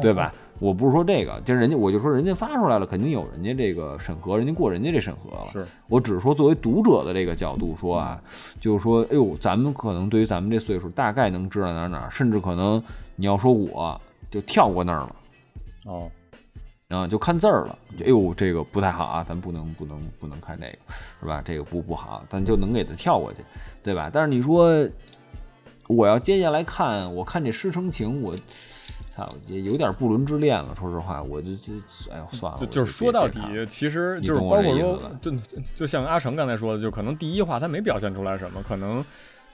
Speaker 6: 对吧？我不是说这个，就是人家，我就说人家发出来了，肯定有人家这个审核，人家过人家这审核了。
Speaker 3: 是
Speaker 6: 我只是说作为读者的这个角度说啊，就是说，哎呦，咱们可能对于咱们这岁数，大概能知道哪儿哪儿，甚至可能你要说我就跳过那儿了。
Speaker 3: 哦，
Speaker 6: 啊，就看字儿了。就哎呦，这个不太好啊，咱不能不能不能看这个，是吧？这个不不好，咱就能给它跳过去，对吧？但是你说我要接下来看，我看这《师承情》，我操，也有点不伦之恋了。说实话，我就就哎呦算了，
Speaker 3: 就
Speaker 6: 我
Speaker 3: 就是说
Speaker 6: 别
Speaker 3: 到
Speaker 6: 别
Speaker 3: 底
Speaker 6: 看了，
Speaker 3: 其实
Speaker 6: 你
Speaker 3: 就是
Speaker 6: 懂
Speaker 3: 包
Speaker 6: 我这
Speaker 3: 括
Speaker 6: 意思
Speaker 3: 说
Speaker 6: 吧，
Speaker 3: 就就像阿成刚才说的，就可能第一话他没表现出来什么，可能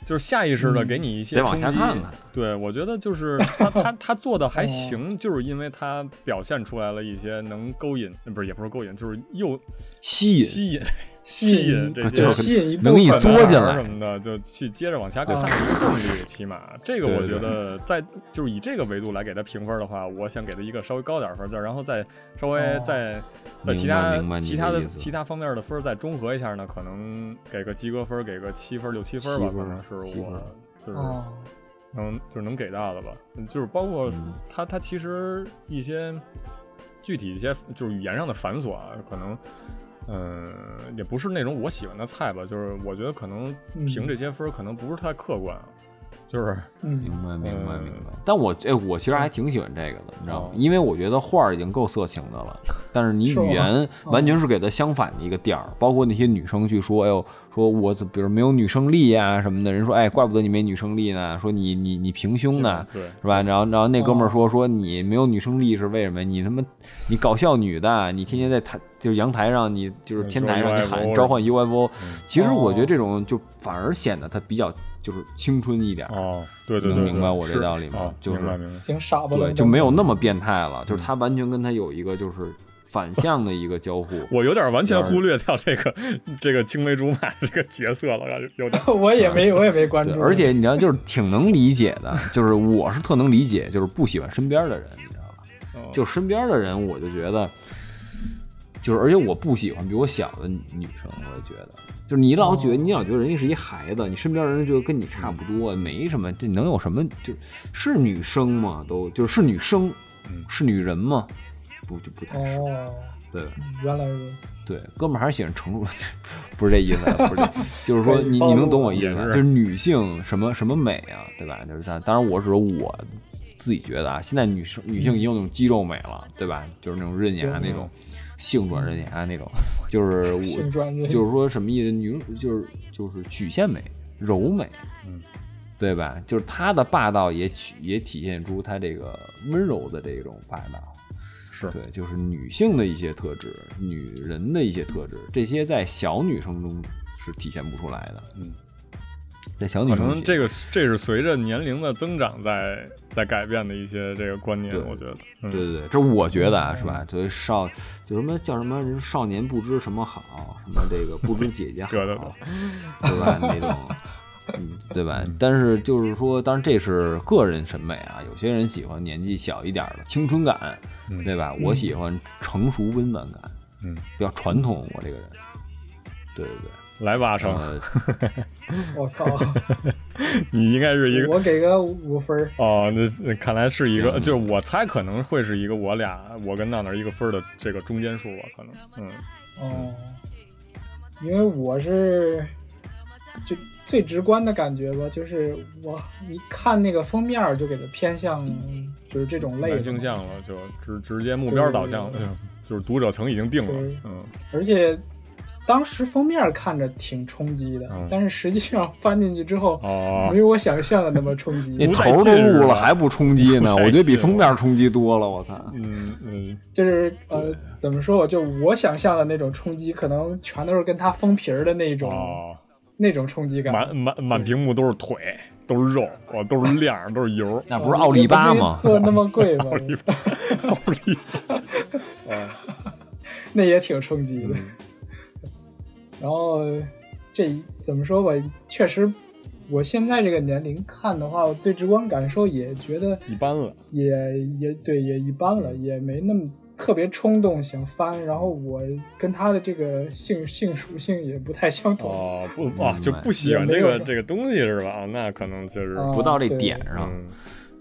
Speaker 3: 就是下意识的给你一些
Speaker 6: 得
Speaker 3: 冲
Speaker 6: 嗯往
Speaker 3: 击。
Speaker 6: 下看哦看
Speaker 3: 对，我觉得就是他
Speaker 6: <laughs>
Speaker 3: 他他做的还行，就是因为他表现出来了一些能勾引，呃不是也不是勾引，就是又
Speaker 6: 吸引
Speaker 3: 吸引
Speaker 5: 吸
Speaker 3: 引
Speaker 5: 引
Speaker 3: 这
Speaker 6: 啊就
Speaker 3: 些
Speaker 5: 对
Speaker 6: 是
Speaker 5: 吸引一部
Speaker 6: 能一
Speaker 5: 分
Speaker 6: 嘬
Speaker 5: 人
Speaker 6: 进
Speaker 3: 小孩啊
Speaker 6: 来
Speaker 3: 儿什么的，就去接着往下看
Speaker 5: 啊
Speaker 3: 看
Speaker 6: <laughs>
Speaker 3: 动力，起码这个
Speaker 6: 对
Speaker 3: 我
Speaker 6: 对
Speaker 3: 觉得在就是以这个维度来给他评分的话，我想给他一个稍微高点儿分儿，再然后再稍微
Speaker 5: 哦
Speaker 3: 再在
Speaker 6: 明白
Speaker 3: 其他
Speaker 6: 明白你的
Speaker 3: 其他的
Speaker 6: 意思
Speaker 3: 其他方面的分儿再中和一下呢，可能给个及格分儿，给个七分儿六七分儿吧，
Speaker 6: 七
Speaker 3: 可
Speaker 6: 分儿
Speaker 3: 能是
Speaker 6: 七分儿
Speaker 3: 我就是
Speaker 5: 哦，
Speaker 3: 能就是能给到的吧，就是包括
Speaker 6: 嗯
Speaker 3: 他他其实一些具体一些就是语言上的繁琐啊，可能嗯、呃也不是那种我喜欢的菜吧，就是我觉得可能
Speaker 5: 嗯
Speaker 3: 评这些分儿可能不是太客观啊，
Speaker 6: <laughs>
Speaker 3: 就是
Speaker 5: 嗯
Speaker 6: 明白，明白，
Speaker 3: 嗯
Speaker 6: 明白。但我哎，我其实还挺喜欢这个的，你知道吗
Speaker 3: 哦？
Speaker 6: 因为我觉得画儿已经够色情的了，但是你
Speaker 5: 是吗哦
Speaker 6: 语言完全是给它相反的一个调儿。包括那些女生去说，哎呦，说我怎比如没有女生力呀、什么的，人说哎，怪不得你没女生力呢，说你你你平胸呢，
Speaker 3: 对
Speaker 6: 是吧？然后然后那哥
Speaker 5: 哦
Speaker 6: 们儿说说你没有女生力是为什么？你他妈你搞笑女的，你天天在台就是阳台上，你就是天台上你
Speaker 3: 说 UFO
Speaker 6: 喊召唤 UFO，其
Speaker 3: 嗯
Speaker 6: 实我觉得
Speaker 5: 哦
Speaker 6: 这种就反而显得它比较就是青春一点儿。
Speaker 3: 哦，对对对
Speaker 6: 能
Speaker 3: 对
Speaker 6: 明白我这
Speaker 3: 是
Speaker 6: 道理吗
Speaker 3: 哦
Speaker 6: 就是
Speaker 3: 明白明白，
Speaker 5: 挺傻不愣
Speaker 6: 对，
Speaker 5: 登
Speaker 6: 就没有那么变态了，就是
Speaker 5: 嗯
Speaker 6: 他完全跟他有一个就是反向的一个交互。
Speaker 3: 我有点完全忽略掉这个这个青梅竹马这个角色了，感觉有点
Speaker 5: <laughs> 我也
Speaker 6: <laughs>
Speaker 5: 没我也没关
Speaker 6: 对，
Speaker 5: 注，
Speaker 6: 而且你知道，就是挺能理解的，就是我是特能理解，就是不喜欢身边的人，你知道吧？
Speaker 3: 哦
Speaker 6: 就身边的人，我就觉得就是而且我不喜欢比我小的女生，我觉得就是你老
Speaker 5: 哦
Speaker 6: 觉得你老觉得人家是一孩子，你身边人觉得跟你差不
Speaker 5: 嗯
Speaker 6: 多，没什么，这能有什么？就是是女生吗？都就是是女生，是女人吗？不就不太是，
Speaker 5: 嗯哦，
Speaker 6: 对
Speaker 5: 原来如此。
Speaker 6: 对，哥们儿还是喜欢成熟， <laughs> 不是这意思啊，不是这，就是说你
Speaker 5: 暴露
Speaker 6: 你能懂我意思吧，
Speaker 3: 也
Speaker 6: 就是是女性什么什么美啊，对吧？就是咱，当然我是说我自己觉得啊，现在女生女性已经有那种肌肉美了，对吧？就是那种刃牙那种，性转刃牙那种，就是
Speaker 5: 性
Speaker 6: 我
Speaker 5: 转这
Speaker 6: 就是说什么意思？女就是就是曲线美、柔美，
Speaker 4: 嗯，
Speaker 6: 对吧？就是她的霸道也取也体现出她这个温柔的这种霸道，
Speaker 3: 是
Speaker 6: 对，就是女性的一些特质，女人的一些特质，这些在小女生中是体现不出来的。
Speaker 4: 嗯，
Speaker 6: 在小女
Speaker 3: 可
Speaker 6: 生
Speaker 3: 能
Speaker 6: 体
Speaker 3: 这个这是随着年龄的增长在在改变的一些这个观念
Speaker 6: 对，
Speaker 3: 我觉得，嗯
Speaker 6: 对对对，这我觉得啊，是吧？所以少就什么叫什么人少年不知什么好，什么这
Speaker 3: <laughs>
Speaker 6: 个不知姐姐好，
Speaker 3: 对对对
Speaker 6: 对吧？那种。嗯，对吧？但是就是说，当然这是个人审美啊。有些人喜欢年纪小一点的青春感，
Speaker 4: 嗯
Speaker 6: 对吧？我喜欢成熟温婉感，
Speaker 4: 嗯，
Speaker 6: 比较传统。我这个人，对对对。
Speaker 3: 来吧，阿成，
Speaker 6: 呃，
Speaker 5: <laughs> 我靠，
Speaker 3: <laughs> 你应该是一个
Speaker 5: 我给个五分儿。
Speaker 3: 哦，那那看来是一个，就是我猜可能会是一个我俩我跟娜娜一个分儿的这个中间数吧，可能，嗯，
Speaker 5: 哦，因为我是就最直观的感觉吧，就是我一看那个封面儿就给它偏向就是这种类的
Speaker 3: 男
Speaker 5: 嘛
Speaker 3: 性向了，就直直接目标导向了，
Speaker 5: 对
Speaker 3: 就是 <laughs> 就是读者层已经定了
Speaker 5: 对，
Speaker 3: 嗯，
Speaker 5: 而且当时封面儿看着挺冲击的，
Speaker 3: 嗯
Speaker 5: 但是实际上翻进去之后，
Speaker 3: 哦
Speaker 5: 没，有我想象的那么冲
Speaker 6: 你
Speaker 5: 击。
Speaker 3: 不太
Speaker 6: 头都
Speaker 3: 近是
Speaker 6: 录了
Speaker 3: 吧
Speaker 6: 还不冲击呢？
Speaker 3: 不太
Speaker 6: 我觉得比
Speaker 3: 近
Speaker 6: 封面冲击多了，我操！
Speaker 3: 嗯嗯，
Speaker 5: 就是呃，怎么说？就我想象的那种冲击，可能全都是跟它封皮儿的那种、
Speaker 3: 哦，
Speaker 5: 那种冲击感。
Speaker 3: 满满满屏幕都是腿，都是肉，哇，都是亮，都是 <laughs> 油，
Speaker 6: 那不是奥利巴吗
Speaker 5: 嗯也不？至于做那么贵吧？
Speaker 3: 奥利，
Speaker 5: <laughs> 那也挺冲击的。 <laughs> 然后这怎么说吧，确实，我现在这个年龄看的话，我最直观感受也觉得
Speaker 3: <laughs> 一般了，
Speaker 5: 也也对，也一般了，也没那么特别冲动想翻。然后我跟他的这个性性属性也不太相同。
Speaker 3: 哦不啊，就不喜欢这个这个东西是吧？啊，那可能就是，
Speaker 5: 啊
Speaker 6: 不到这
Speaker 5: 对
Speaker 6: 点上。
Speaker 3: 嗯，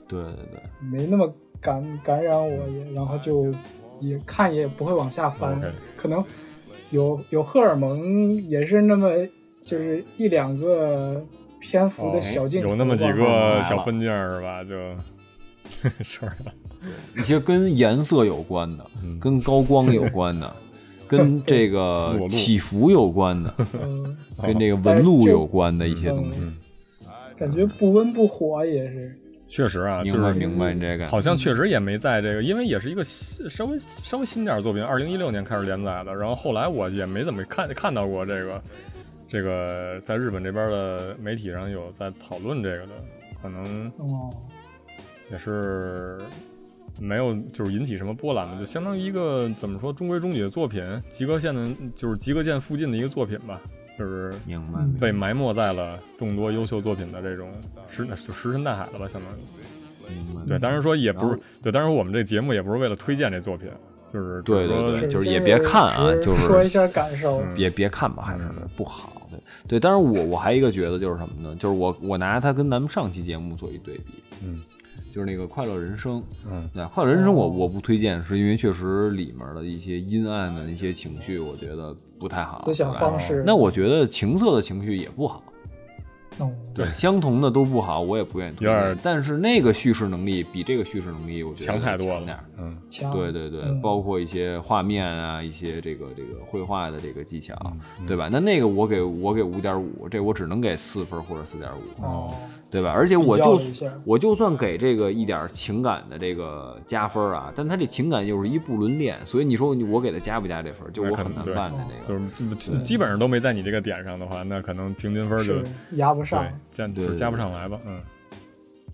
Speaker 6: 对对对，
Speaker 5: 没那么感感染我也，然后就也看也不会往下翻
Speaker 3: OK
Speaker 5: 可能有有荷尔蒙也是那么就是一两个篇幅的小镜头吧、
Speaker 3: 哦有那么几个小分件儿是吧？就 <laughs> 是吧
Speaker 6: 一些跟颜色有关的，
Speaker 3: 嗯
Speaker 6: 跟高光有关的，跟这个
Speaker 3: <laughs> 裸露
Speaker 6: 起伏有
Speaker 3: <laughs>
Speaker 6: 关的，
Speaker 5: 嗯，
Speaker 6: 跟这个纹路有关的一些
Speaker 5: 嗯
Speaker 6: 东西。
Speaker 5: 感觉不温不火也是，
Speaker 3: 确实啊，就
Speaker 6: 明白
Speaker 3: 是
Speaker 6: 明白，你这个
Speaker 3: 好像确实也没在这个，因为也是一个新稍微稍微新点儿的作品，二零一六年开始连载的，然后后来我也没怎么看看到过这个这个在日本这边的媒体上有在讨论这个的，可能
Speaker 5: 哦，
Speaker 3: 也是没有就是引起什么波澜吧，就相当于一个怎么说中规中矩的作品，及格线的就是及格线附近的一个作品吧，就是
Speaker 6: 明白
Speaker 5: 嗯
Speaker 6: 明白。
Speaker 3: 被埋没在了众多优秀作品的这种石就石沉大海了吧，相当于。
Speaker 6: 明白
Speaker 3: 对，当然说也不
Speaker 6: 然
Speaker 3: 是
Speaker 6: 后，
Speaker 3: 对，当然我们这节目也不是为了推荐这作品，就是只
Speaker 6: 对
Speaker 3: 是说
Speaker 6: 对对
Speaker 5: 是
Speaker 6: 就是也别看啊
Speaker 5: 只
Speaker 6: 就是
Speaker 5: 说一下感受，
Speaker 3: 嗯
Speaker 6: 别别看吧，还是
Speaker 3: 嗯
Speaker 6: 不好。对对，当然我我还有一个觉得就是什么呢？就是我我拿它跟咱们上期节目做一对比，
Speaker 3: 嗯，
Speaker 6: 就是那个《快乐人生》。
Speaker 3: 嗯，
Speaker 6: 对，《快乐人生我》我不推荐，是因为确实里面的一些阴暗的那些情绪，我觉得不太好。
Speaker 5: 思想
Speaker 6: 对吧
Speaker 5: 方式。
Speaker 6: 哎那我觉得情色的情绪也不好，
Speaker 5: 哦
Speaker 3: 对
Speaker 6: 相同的都不好，我也不愿意推
Speaker 3: 有点
Speaker 6: 荐。但是那个叙事能力比这个叙事能力，我觉得
Speaker 3: 强太多
Speaker 6: 点儿
Speaker 3: 了。，嗯，
Speaker 5: 强
Speaker 6: 对对对，
Speaker 5: 嗯
Speaker 6: 包括一些画面啊，一些这个这个绘画的这个技巧，
Speaker 3: 嗯
Speaker 6: 对吧？那那个我给我给五点五，这我只能给四分或者四点五，
Speaker 5: 哦，
Speaker 6: 对吧？而且我
Speaker 5: 比较
Speaker 6: 就
Speaker 5: 一下
Speaker 6: 我就算给这个一点儿情感的这个加分啊，但他这情感又是一不伦恋，所以你说我给他加不加这分儿，就
Speaker 3: 那
Speaker 6: 我
Speaker 3: 肯
Speaker 6: 很难
Speaker 3: 对
Speaker 6: 办的这
Speaker 3: 就
Speaker 6: 个。
Speaker 3: 是基基本上都没在你这个点上的话，那可能平
Speaker 6: 哦
Speaker 3: 均分就是
Speaker 5: 压不上
Speaker 3: 对，加
Speaker 6: 对
Speaker 3: 就
Speaker 6: 对
Speaker 3: 加不上来吧，嗯，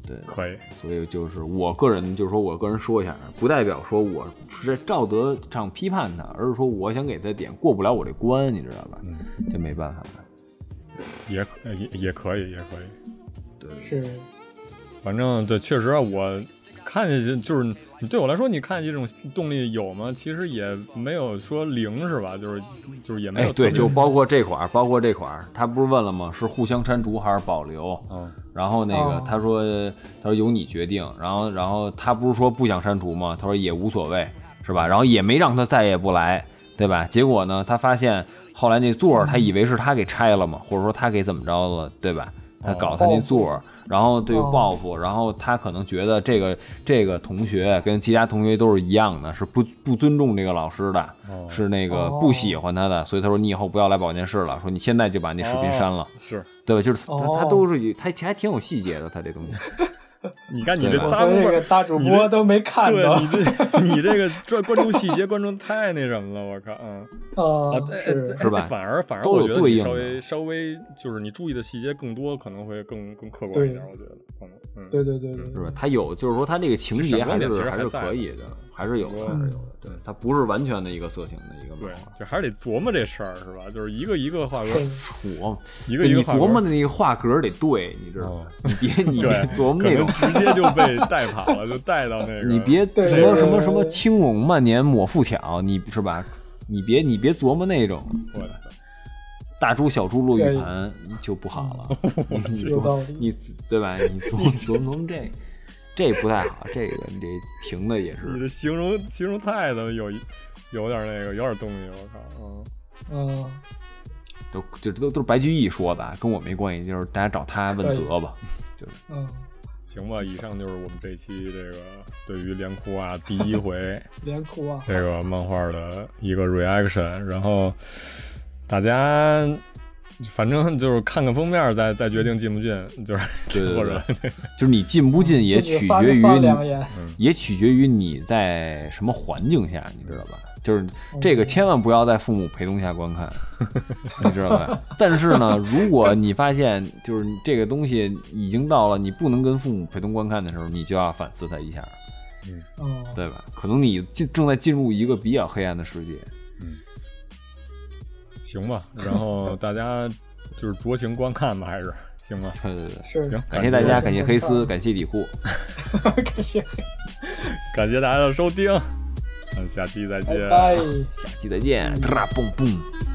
Speaker 6: 对，
Speaker 3: 可以，
Speaker 6: 所以就是我个人，就是说我个人说一下，啊不代表说我是照德上批判他，而是说我想给他点过不了我这关，你知道吧？
Speaker 3: 嗯
Speaker 6: 这没办法。
Speaker 3: 也可也也可以，也可以，
Speaker 5: 是
Speaker 6: 哎
Speaker 3: 反正对，确实啊我看下去就是对我来说，你看这种动力有吗？其实也没有说零是吧？就是就是也没有
Speaker 6: 哎，
Speaker 3: 特别、
Speaker 6: 对，就包括这款儿，包括这款儿，他不是问了吗？是互相删除还是保留？
Speaker 3: 嗯，
Speaker 6: 然后那个
Speaker 5: 哦
Speaker 6: 他说，他说由你决定。然后，然后他不是说不想删除吗？他说也无所谓，是吧？然后也没让他再也不来，对吧？结果呢，他发现后来那
Speaker 5: 嗯
Speaker 6: 座儿，他以为是他给拆了嘛，或者说他给怎么着了，对吧？他搞他那座儿，然后对
Speaker 5: 哦
Speaker 6: 报复，然后他可能觉得这个这个同学跟其他同学都是一样的，是不不尊重这个老师的，
Speaker 3: 哦
Speaker 6: 是那个
Speaker 5: 哦
Speaker 6: 不喜欢他的，所以他说你以后不要来保健室了，说你现在就把那视频删了，
Speaker 3: 哦是
Speaker 6: 对吧？就是他、
Speaker 5: 哦
Speaker 6: 他都是有他他还挺有细节的，他这东西。
Speaker 3: 你看你这
Speaker 6: 对
Speaker 5: 我
Speaker 3: 杂
Speaker 5: 和
Speaker 3: 物味
Speaker 5: 这个
Speaker 3: 儿，
Speaker 5: 大主
Speaker 3: 你
Speaker 5: 播
Speaker 3: 这
Speaker 5: 都没看到
Speaker 3: 对你
Speaker 5: <laughs>
Speaker 3: 这你这个专关注细节关注太那什么了，我靠，嗯，
Speaker 5: 啊，
Speaker 6: 呃
Speaker 3: 哎
Speaker 5: 是
Speaker 3: 哎
Speaker 6: 是吧
Speaker 3: 反而反而
Speaker 6: 都
Speaker 3: 我
Speaker 6: 有
Speaker 3: 觉得
Speaker 6: 对
Speaker 3: 你
Speaker 6: 应
Speaker 3: 稍
Speaker 6: 的
Speaker 3: 微稍微就是你注意的细节更多，可能会更更客观
Speaker 5: 对
Speaker 3: 一点，我觉得可能嗯
Speaker 5: 对对对对，
Speaker 6: 是吧？他有，就是说他这个情节
Speaker 3: 这闪光
Speaker 6: 还
Speaker 3: 点其
Speaker 6: 是
Speaker 3: 实
Speaker 6: 还
Speaker 3: 还
Speaker 6: 是
Speaker 3: 在
Speaker 6: 可以的，还是有的，
Speaker 3: 嗯
Speaker 6: 还是有的。对，他不是完全的一个色情的一个
Speaker 3: 对
Speaker 6: 漫画。，
Speaker 3: 就还是得琢磨这事儿是吧？就是一个一个画格，
Speaker 5: 是
Speaker 6: 我
Speaker 3: 一个
Speaker 6: 对
Speaker 3: 一个
Speaker 6: 你
Speaker 3: 画格哦
Speaker 6: 琢磨的那个画格得对，你知道吗？你别
Speaker 3: <laughs>
Speaker 6: 你别
Speaker 3: 对，
Speaker 6: 琢磨
Speaker 3: 可
Speaker 6: 那
Speaker 3: 能
Speaker 6: 种，
Speaker 3: 直接就被带跑了，就带到那个。
Speaker 6: <laughs> 你别
Speaker 5: 对
Speaker 6: 什么
Speaker 5: 对
Speaker 6: 什么什么
Speaker 5: 对
Speaker 6: 青龙漫年抹腹挑，你是吧？你别你别琢磨那种
Speaker 3: 我操
Speaker 6: 大珠小珠落玉盘就不好
Speaker 3: <laughs>
Speaker 6: 了，你你
Speaker 5: 有道
Speaker 6: 琢
Speaker 5: 理
Speaker 6: 你对吧？你琢磨琢磨琢磨这这不太好，这个你这停的也
Speaker 3: 你
Speaker 6: 是
Speaker 3: 这形容形容太的有一有点那个，有点东西，我靠，嗯，
Speaker 5: 嗯，
Speaker 6: 都就都都是白居易说的啊，跟我没关系，就是大家找他
Speaker 5: 哎
Speaker 6: 问责
Speaker 5: <laughs>
Speaker 6: 吧。
Speaker 5: 嗯，
Speaker 3: 行吧。以上就是我们这期这个对于连哭啊第一回
Speaker 5: 连哭啊，
Speaker 3: 这个漫画的一个 reaction，然后大家。反正就是看看封面再再决定进不进，就是
Speaker 6: 对对对 <laughs>
Speaker 3: 或者
Speaker 6: 就是你进不进也
Speaker 5: 这
Speaker 6: 取
Speaker 5: 个发
Speaker 6: 决于
Speaker 5: 发
Speaker 6: 你
Speaker 5: 两眼，
Speaker 6: 也取决于你在什么环境下，你知道吧？就是
Speaker 5: 嗯
Speaker 6: 这个千万不要在父母陪同下观看，你知道吧？ <laughs> 但是呢，如果你发现就是你这个东西已经到了你不能跟父母陪同观看的时候，你就要反思它一下，
Speaker 5: 嗯，
Speaker 6: 对吧？可能你进正在进入一个比较黑暗的世界。
Speaker 3: 行吧。然后大家就是酌情观看吧，还是行吧。
Speaker 6: 对对对，
Speaker 5: 是 <laughs>
Speaker 3: 行，
Speaker 6: 感谢大家，
Speaker 5: 感
Speaker 6: 感
Speaker 5: 谢
Speaker 6: 谢黑丝，感谢李库，
Speaker 5: 感谢，
Speaker 3: 感 <laughs> 谢大家的收听，嗯，下期再见。
Speaker 5: 拜拜。
Speaker 6: 下期再见，哒啦嘣嘣。